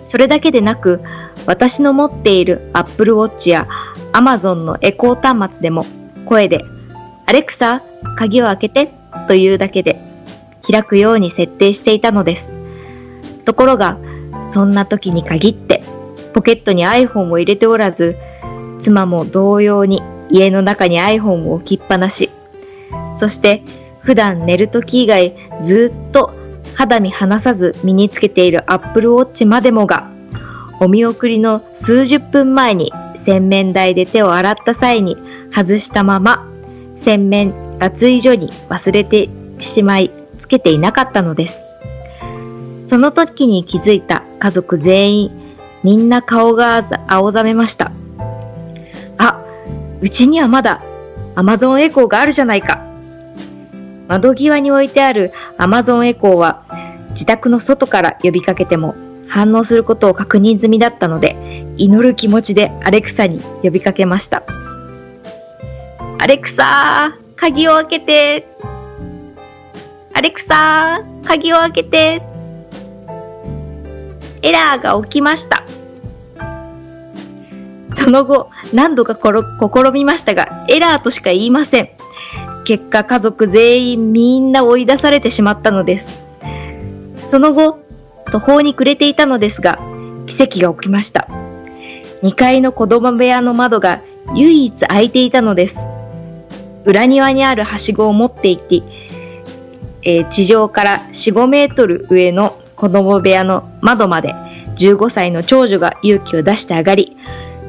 Speaker 3: それだけでなく、私の持っている Apple Watch や Amazon のエコー端末でも声で「アレクサ鍵を開けて」というだけで開くように設定していたのです。ところがそんな時に限って、ポケットに iPhone を入れておらず、妻も同様に家の中に iPhone を置きっぱなし。そして、普段寝る時以外ずっと肌身離さず身につけている Apple Watch までもが、お見送りの数十分前に洗面台で手を洗った際に外したまま、洗面脱衣所に忘れてしまい、つけていなかったのです。その時に気づいた家族全員、みんな顔が青ざめました。あ、うちにはまだ Amazon エコーがあるじゃないか。窓際に置いてある Amazon エコーは、自宅の外から呼びかけても反応することを確認済みだったので、祈る気持ちでアレクサに呼びかけました。アレクサー、鍵を開けて。アレクサー、鍵を開けて。エラーが起きました。その後、何度かころ試みましたが、エラーとしか言いません。結果、家族全員みんな追い出されてしまったのです。その後、途方に暮れていたのですが、奇跡が起きました。2階の子供部屋の窓が唯一開いていたのです。裏庭にあるはしごを持って行き、えー地上から4、5メートル上の子供部屋の窓まで15歳の長女が勇気を出して上がり、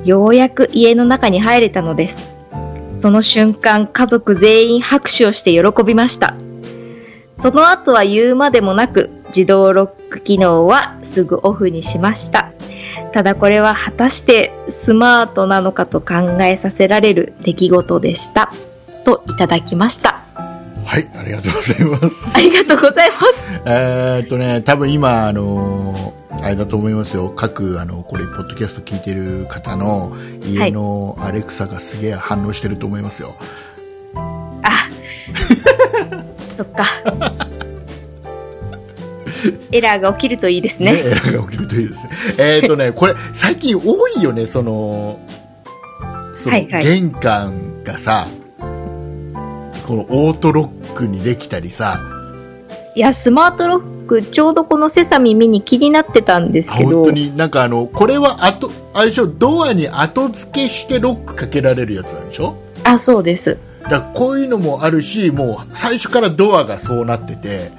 Speaker 3: ようやく家の中に入れたのです。その瞬間、家族全員拍手をして喜びました。その後は言うまでもなく、自動ロック機能はすぐオフにしました。ただこれは果たしてスマートなのかと考えさせられる出来事でした。といただきました。
Speaker 2: はい、ありがとうございます。
Speaker 3: ありがとうございます。
Speaker 2: えーっとね、多分今、あのーあれだと思いますよ。各、あの、これ、ポッドキャスト聞いてる方の家のアレクサがすげえ反応してると思いますよ。
Speaker 3: あ、そっか。エラーが起きるといいですね。
Speaker 2: エラーが起きるといいですね。 えーっとね、これ、最近多いよね、その、その
Speaker 3: はいはい
Speaker 2: 玄関がさ、このオートロックにできたりさ、
Speaker 3: いや、スマートロック、ちょうどこのセサミ見に気になってたんです
Speaker 2: あ
Speaker 3: け
Speaker 2: 本
Speaker 3: ど
Speaker 2: 当、になんかあの、これは後、あれでしょ、ドアに後付けしてロックかけられるやつなんでしょ
Speaker 3: あ、そうです。
Speaker 2: だからこういうのもあるしもう最初からドアがそうなってて、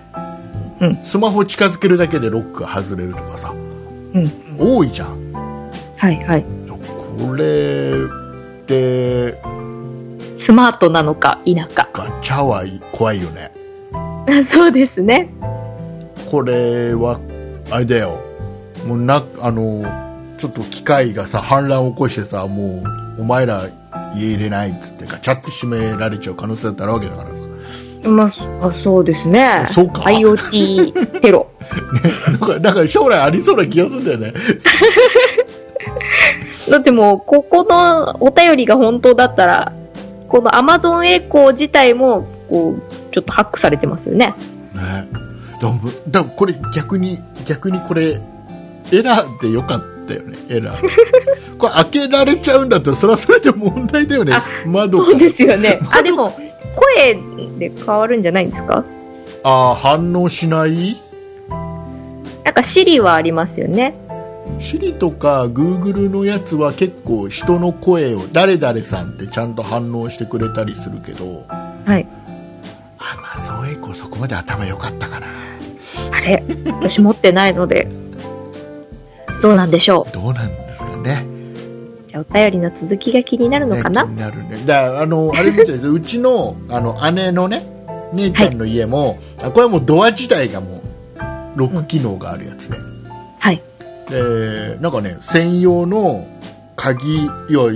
Speaker 3: うん
Speaker 2: スマホ近づけるだけでロックが外れるとかさ
Speaker 3: うん。
Speaker 2: 多いじゃん
Speaker 3: はいはい。
Speaker 2: これって
Speaker 3: スマートなのか否か。
Speaker 2: ガチャは怖いよね
Speaker 3: あ そうですね。
Speaker 2: これはあれだよもうなあのちょっと機械がさ反乱を起こしてさもうお前ら家入れないっつってガチャって閉められちゃう可能性だってあるわけだからさ
Speaker 3: まあ、あそうですね。
Speaker 2: そうか
Speaker 3: IoT テロ。
Speaker 2: なんかなんか将来ありそうな気がするんだよね
Speaker 3: だってもう、ここのお便りが本当だったら、この Amazon エコー自体も、こう、ちょっとハックされてますよね。
Speaker 2: ねだぶだこれ逆に逆にこれエラーでよかったよねエラー これ開けられちゃうんだったらそれはそれで問題だよね
Speaker 3: あ
Speaker 2: 窓
Speaker 3: そうです よね。あ、でも、声で変わるんじゃないんですか
Speaker 2: ああ反応しない
Speaker 3: なんか Siri はありますよね。
Speaker 2: シリとかグーグルのやつは結構人の声を誰々さんってちゃんと反応してくれたりするけど
Speaker 3: はい。
Speaker 2: あまあそういう子そこまで頭良かったかな
Speaker 3: あれ、私持ってないので、どうなんでしょ
Speaker 2: どうなんですかね
Speaker 3: う。じゃあ、お便りの続きが気になるのかな、
Speaker 2: ね、気になるねだからあ のあれみたいですうちのあの姉のね姉ちゃんの家も、あこれはもうドア自体がもうロック機能があるやつで、
Speaker 3: はい。
Speaker 2: でなんかね専用の鍵要は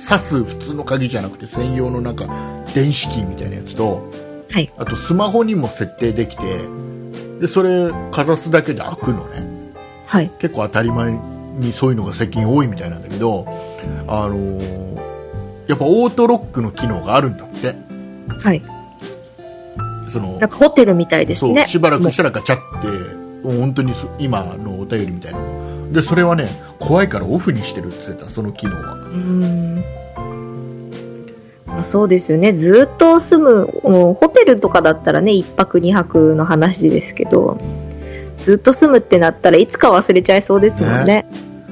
Speaker 2: 挿す普通の鍵じゃなくて専用のなんか電子キーみたいなやつと
Speaker 3: はい。
Speaker 2: あとスマホにも設定できてでそれかざすだけで開くのね、
Speaker 3: はい。
Speaker 2: 結構当たり前にそういうのが最近多いみたいなんだけど、あのーやっぱオートロックの機能があるんだって
Speaker 3: はい。
Speaker 2: その
Speaker 3: なんかホテルみたいです
Speaker 2: そう
Speaker 3: ね。
Speaker 2: しばらくしたらガチャってもう本当にそ今のお便りみたいなのがでそれはね怖いからオフにしてるって言ってたその機能は
Speaker 3: うーん。まあ、そうですよね。ずっと住む、もうホテルとかだったらね、一泊二泊の話ですけど、ずっと住むってなったらいつか忘れちゃいそうですもんね。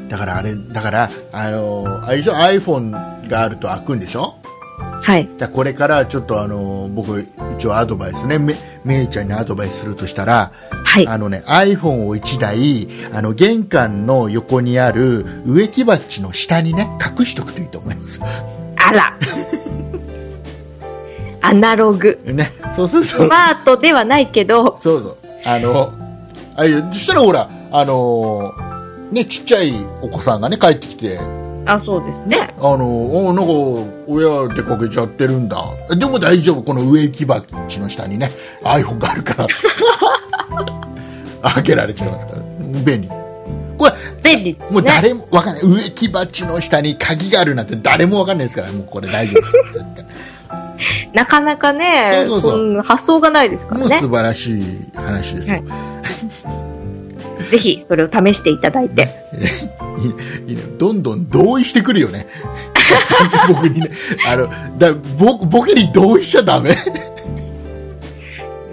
Speaker 2: だからあれ、だから、あのーあれでしょ iPhone があると開くんでしょ
Speaker 3: はい。
Speaker 2: だからこれからちょっとあのー僕、一応アドバイスね、め、めいちゃんにアドバイスするとしたら、
Speaker 3: はい。
Speaker 2: あのね、iPhone を1台、あの、玄関の横にある植木鉢の下にね、隠しとくといいと思います。
Speaker 3: あら。アナ ログ。
Speaker 2: ね、そうすると
Speaker 3: ス、マートではないけど、
Speaker 2: そうそう。あの、あいやそしたらほら、あのーね、ちっちゃいお子さんがね、帰ってきて、あ
Speaker 3: あ、そうですね。
Speaker 2: の、おなんか、親出かけちゃってるんだ。でも大丈夫、この植木鉢の下にね、iPhone がある から。開けられちゃいますから。便利。これ、
Speaker 3: 便利ですね。
Speaker 2: もう誰もわかんない。植木鉢の下に鍵があるなんて誰もわかんないですから、もうこれ大丈夫です。絶対
Speaker 3: なかなかね、
Speaker 2: そうそうそうん
Speaker 3: 発想がないですか
Speaker 2: も
Speaker 3: ら
Speaker 2: う
Speaker 3: ね
Speaker 2: 素。晴らしい話ですよ。
Speaker 3: ぜひ、それを試していただいて。
Speaker 2: いいいね、どんどん同意してくるよね。 僕にね。あの、だ僕僕に同意しちゃダメ。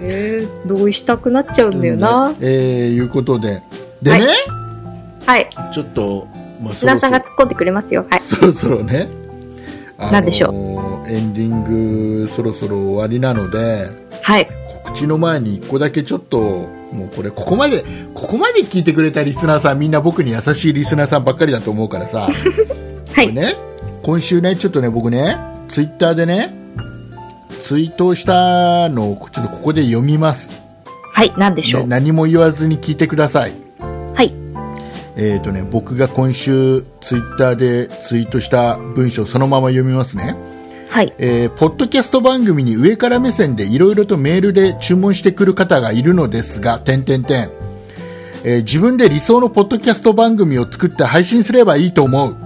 Speaker 3: えー、同意したくなっちゃうんだよな。
Speaker 2: えー、いうことで。でね、
Speaker 3: はい。
Speaker 2: ちょっと、まあ、そろ
Speaker 3: 砂
Speaker 2: そ
Speaker 3: さん
Speaker 2: ろ
Speaker 3: が、突っ込んでくれますよ。はい。
Speaker 2: そろそろね、あ
Speaker 3: なんでしょ
Speaker 2: う。エンディング、そろそろ終わりなので、
Speaker 3: はい。
Speaker 2: 告知の前に一個だけちょっと、もうこれ、ここまで、ここまで聞いてくれたリスナーさん、みんな僕に優しいリスナーさんばっかりだと思うからさ、
Speaker 3: は
Speaker 2: これ
Speaker 3: い。
Speaker 2: ね、今週ね、ちょっとね、僕ね、ツイッターでね、ツイートしたのを、ちょっとここで読みます。
Speaker 3: はい。なんでしょ
Speaker 2: ね
Speaker 3: う。
Speaker 2: 何も言わずに聞いてください。
Speaker 3: はい。
Speaker 2: えっ、とね、僕が今週、ツイッターでツイートした文章、そのまま読みますね。
Speaker 3: はい。
Speaker 2: えーポッドキャスト番組に上から目線でいろいろとメールで注文してくる方がいるのですが、点点点。えー自分で理想のポッドキャスト番組を作って配信すればいいと思う。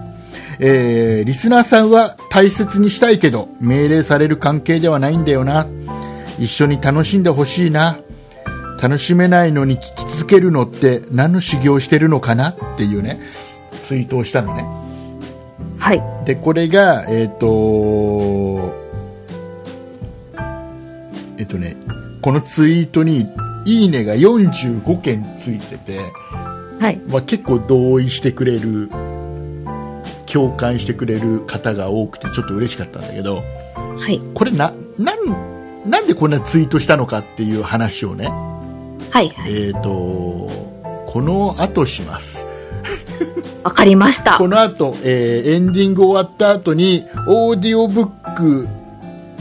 Speaker 2: えーリスナーさんは大切にしたいけど、命令される関係ではないんだよな。一緒に楽しんでほしいな。楽しめないのに聞き続けるのって何の修行してるのかなっていうね、ツイートをしたのね。
Speaker 3: はい。
Speaker 2: でこれがえっ、とえっ、とねこのツイートに「いいね」が45件ついてて、
Speaker 3: はい。
Speaker 2: まあ、結構同意してくれる共感してくれる方が多くてちょっと嬉しかったんだけど
Speaker 3: はい。
Speaker 2: これななんなんでこんなツイートしたのかっていう話をね
Speaker 3: はい。はい。
Speaker 2: えっ、とこの後します
Speaker 3: わかりました。
Speaker 2: この後、えーエンディング終わった後に、オーディオブック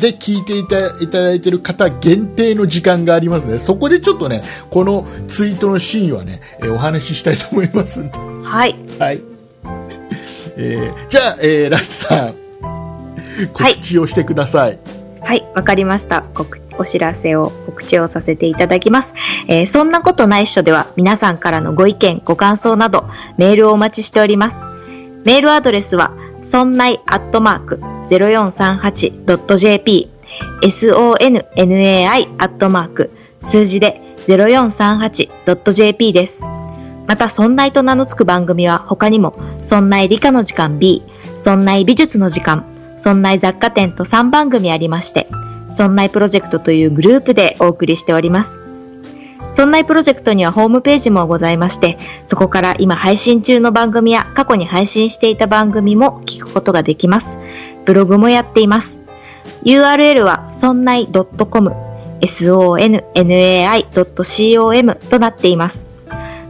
Speaker 2: で聞いていたいただいている方限定の時間がありますね。そこでちょっとね、このツイートのシーンはね、えーお話ししたいと思いますんで。
Speaker 3: はい。
Speaker 2: はい。えーじゃあ、えーラッチさん、告知をしてください。
Speaker 3: はい、わかりました。告お知らせを、告知をさせていただきます。えーそんなことないっしょでは、皆さんからのご意見、ご感想など、メールをお待ちしております。メールアドレスは、そんないアットマーク 0438.jp、sonnai アットマーク、数字で 0438.jp です。また、そんないと名の付く番組は他にも、そんない理科の時間 B、そんない美術の時間、そんない雑貨店と3番組ありまして、そんないプロジェクトというグループでお送りしております。そんないプロジェクトにはホームページもございまして、そこから今配信中の番組や過去に配信していた番組も聞くことができます。ブログもやっています。URL はそんない .com、sonnai.com となっています。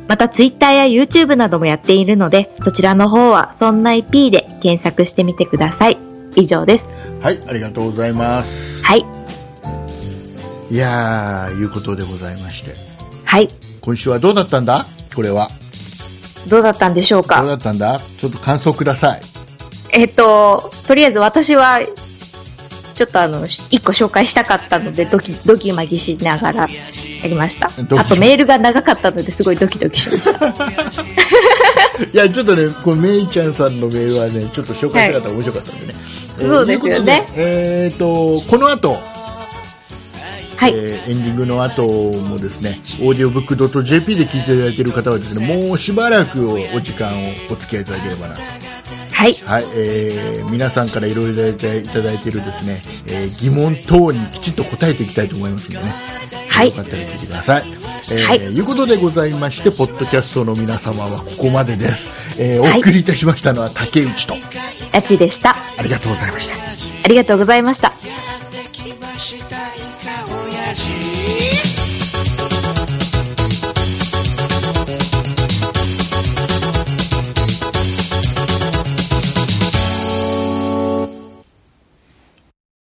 Speaker 3: また Twitter や YouTube などもやっているので、そちらの方はそんない P で検索してみてください。以上です。
Speaker 2: はい、ありがとうございます。
Speaker 3: はい。
Speaker 2: いやー、いうことでございまして。
Speaker 3: はい。
Speaker 2: 今週はどうだったんだこれは。
Speaker 3: どうだったんでしょう
Speaker 2: どう
Speaker 3: か
Speaker 2: だったんだちょっと感想ください。
Speaker 3: えっ、と、とりあえず私は、ちょっとあの、一個紹介したかったので、ドキ、ドキマギしながらやりました
Speaker 2: ド。キ
Speaker 3: あとメールが長かったので、すごいドキドキし ました。
Speaker 2: いやちょっとね、こうめいちゃんさんのメールはね、ちょっと紹介したかったら面白かったんでね。
Speaker 3: そうですよね
Speaker 2: えーということでえーとこの後、
Speaker 3: はい。
Speaker 2: えーエンディングの後もですね、オーディオブックドット JP で聞いていただいている方はですね、もうしばらくおお時間をお付き合いいただければな。
Speaker 3: はい。
Speaker 2: はい、えー皆さんからいろいろいただいているですね、えー疑問等にきちっと答えていきたいと思いますんでね。
Speaker 3: はい
Speaker 2: よかったら聞いてください。えー
Speaker 3: はい
Speaker 2: いうことでございまして、ポッドキャストの皆様はここまでです。えー
Speaker 3: はい
Speaker 2: お送りいたしましたのは竹内と、
Speaker 3: ラチでした。
Speaker 2: ありがとうございました。
Speaker 3: ありがとうございました。
Speaker 1: きましたイカオヤジ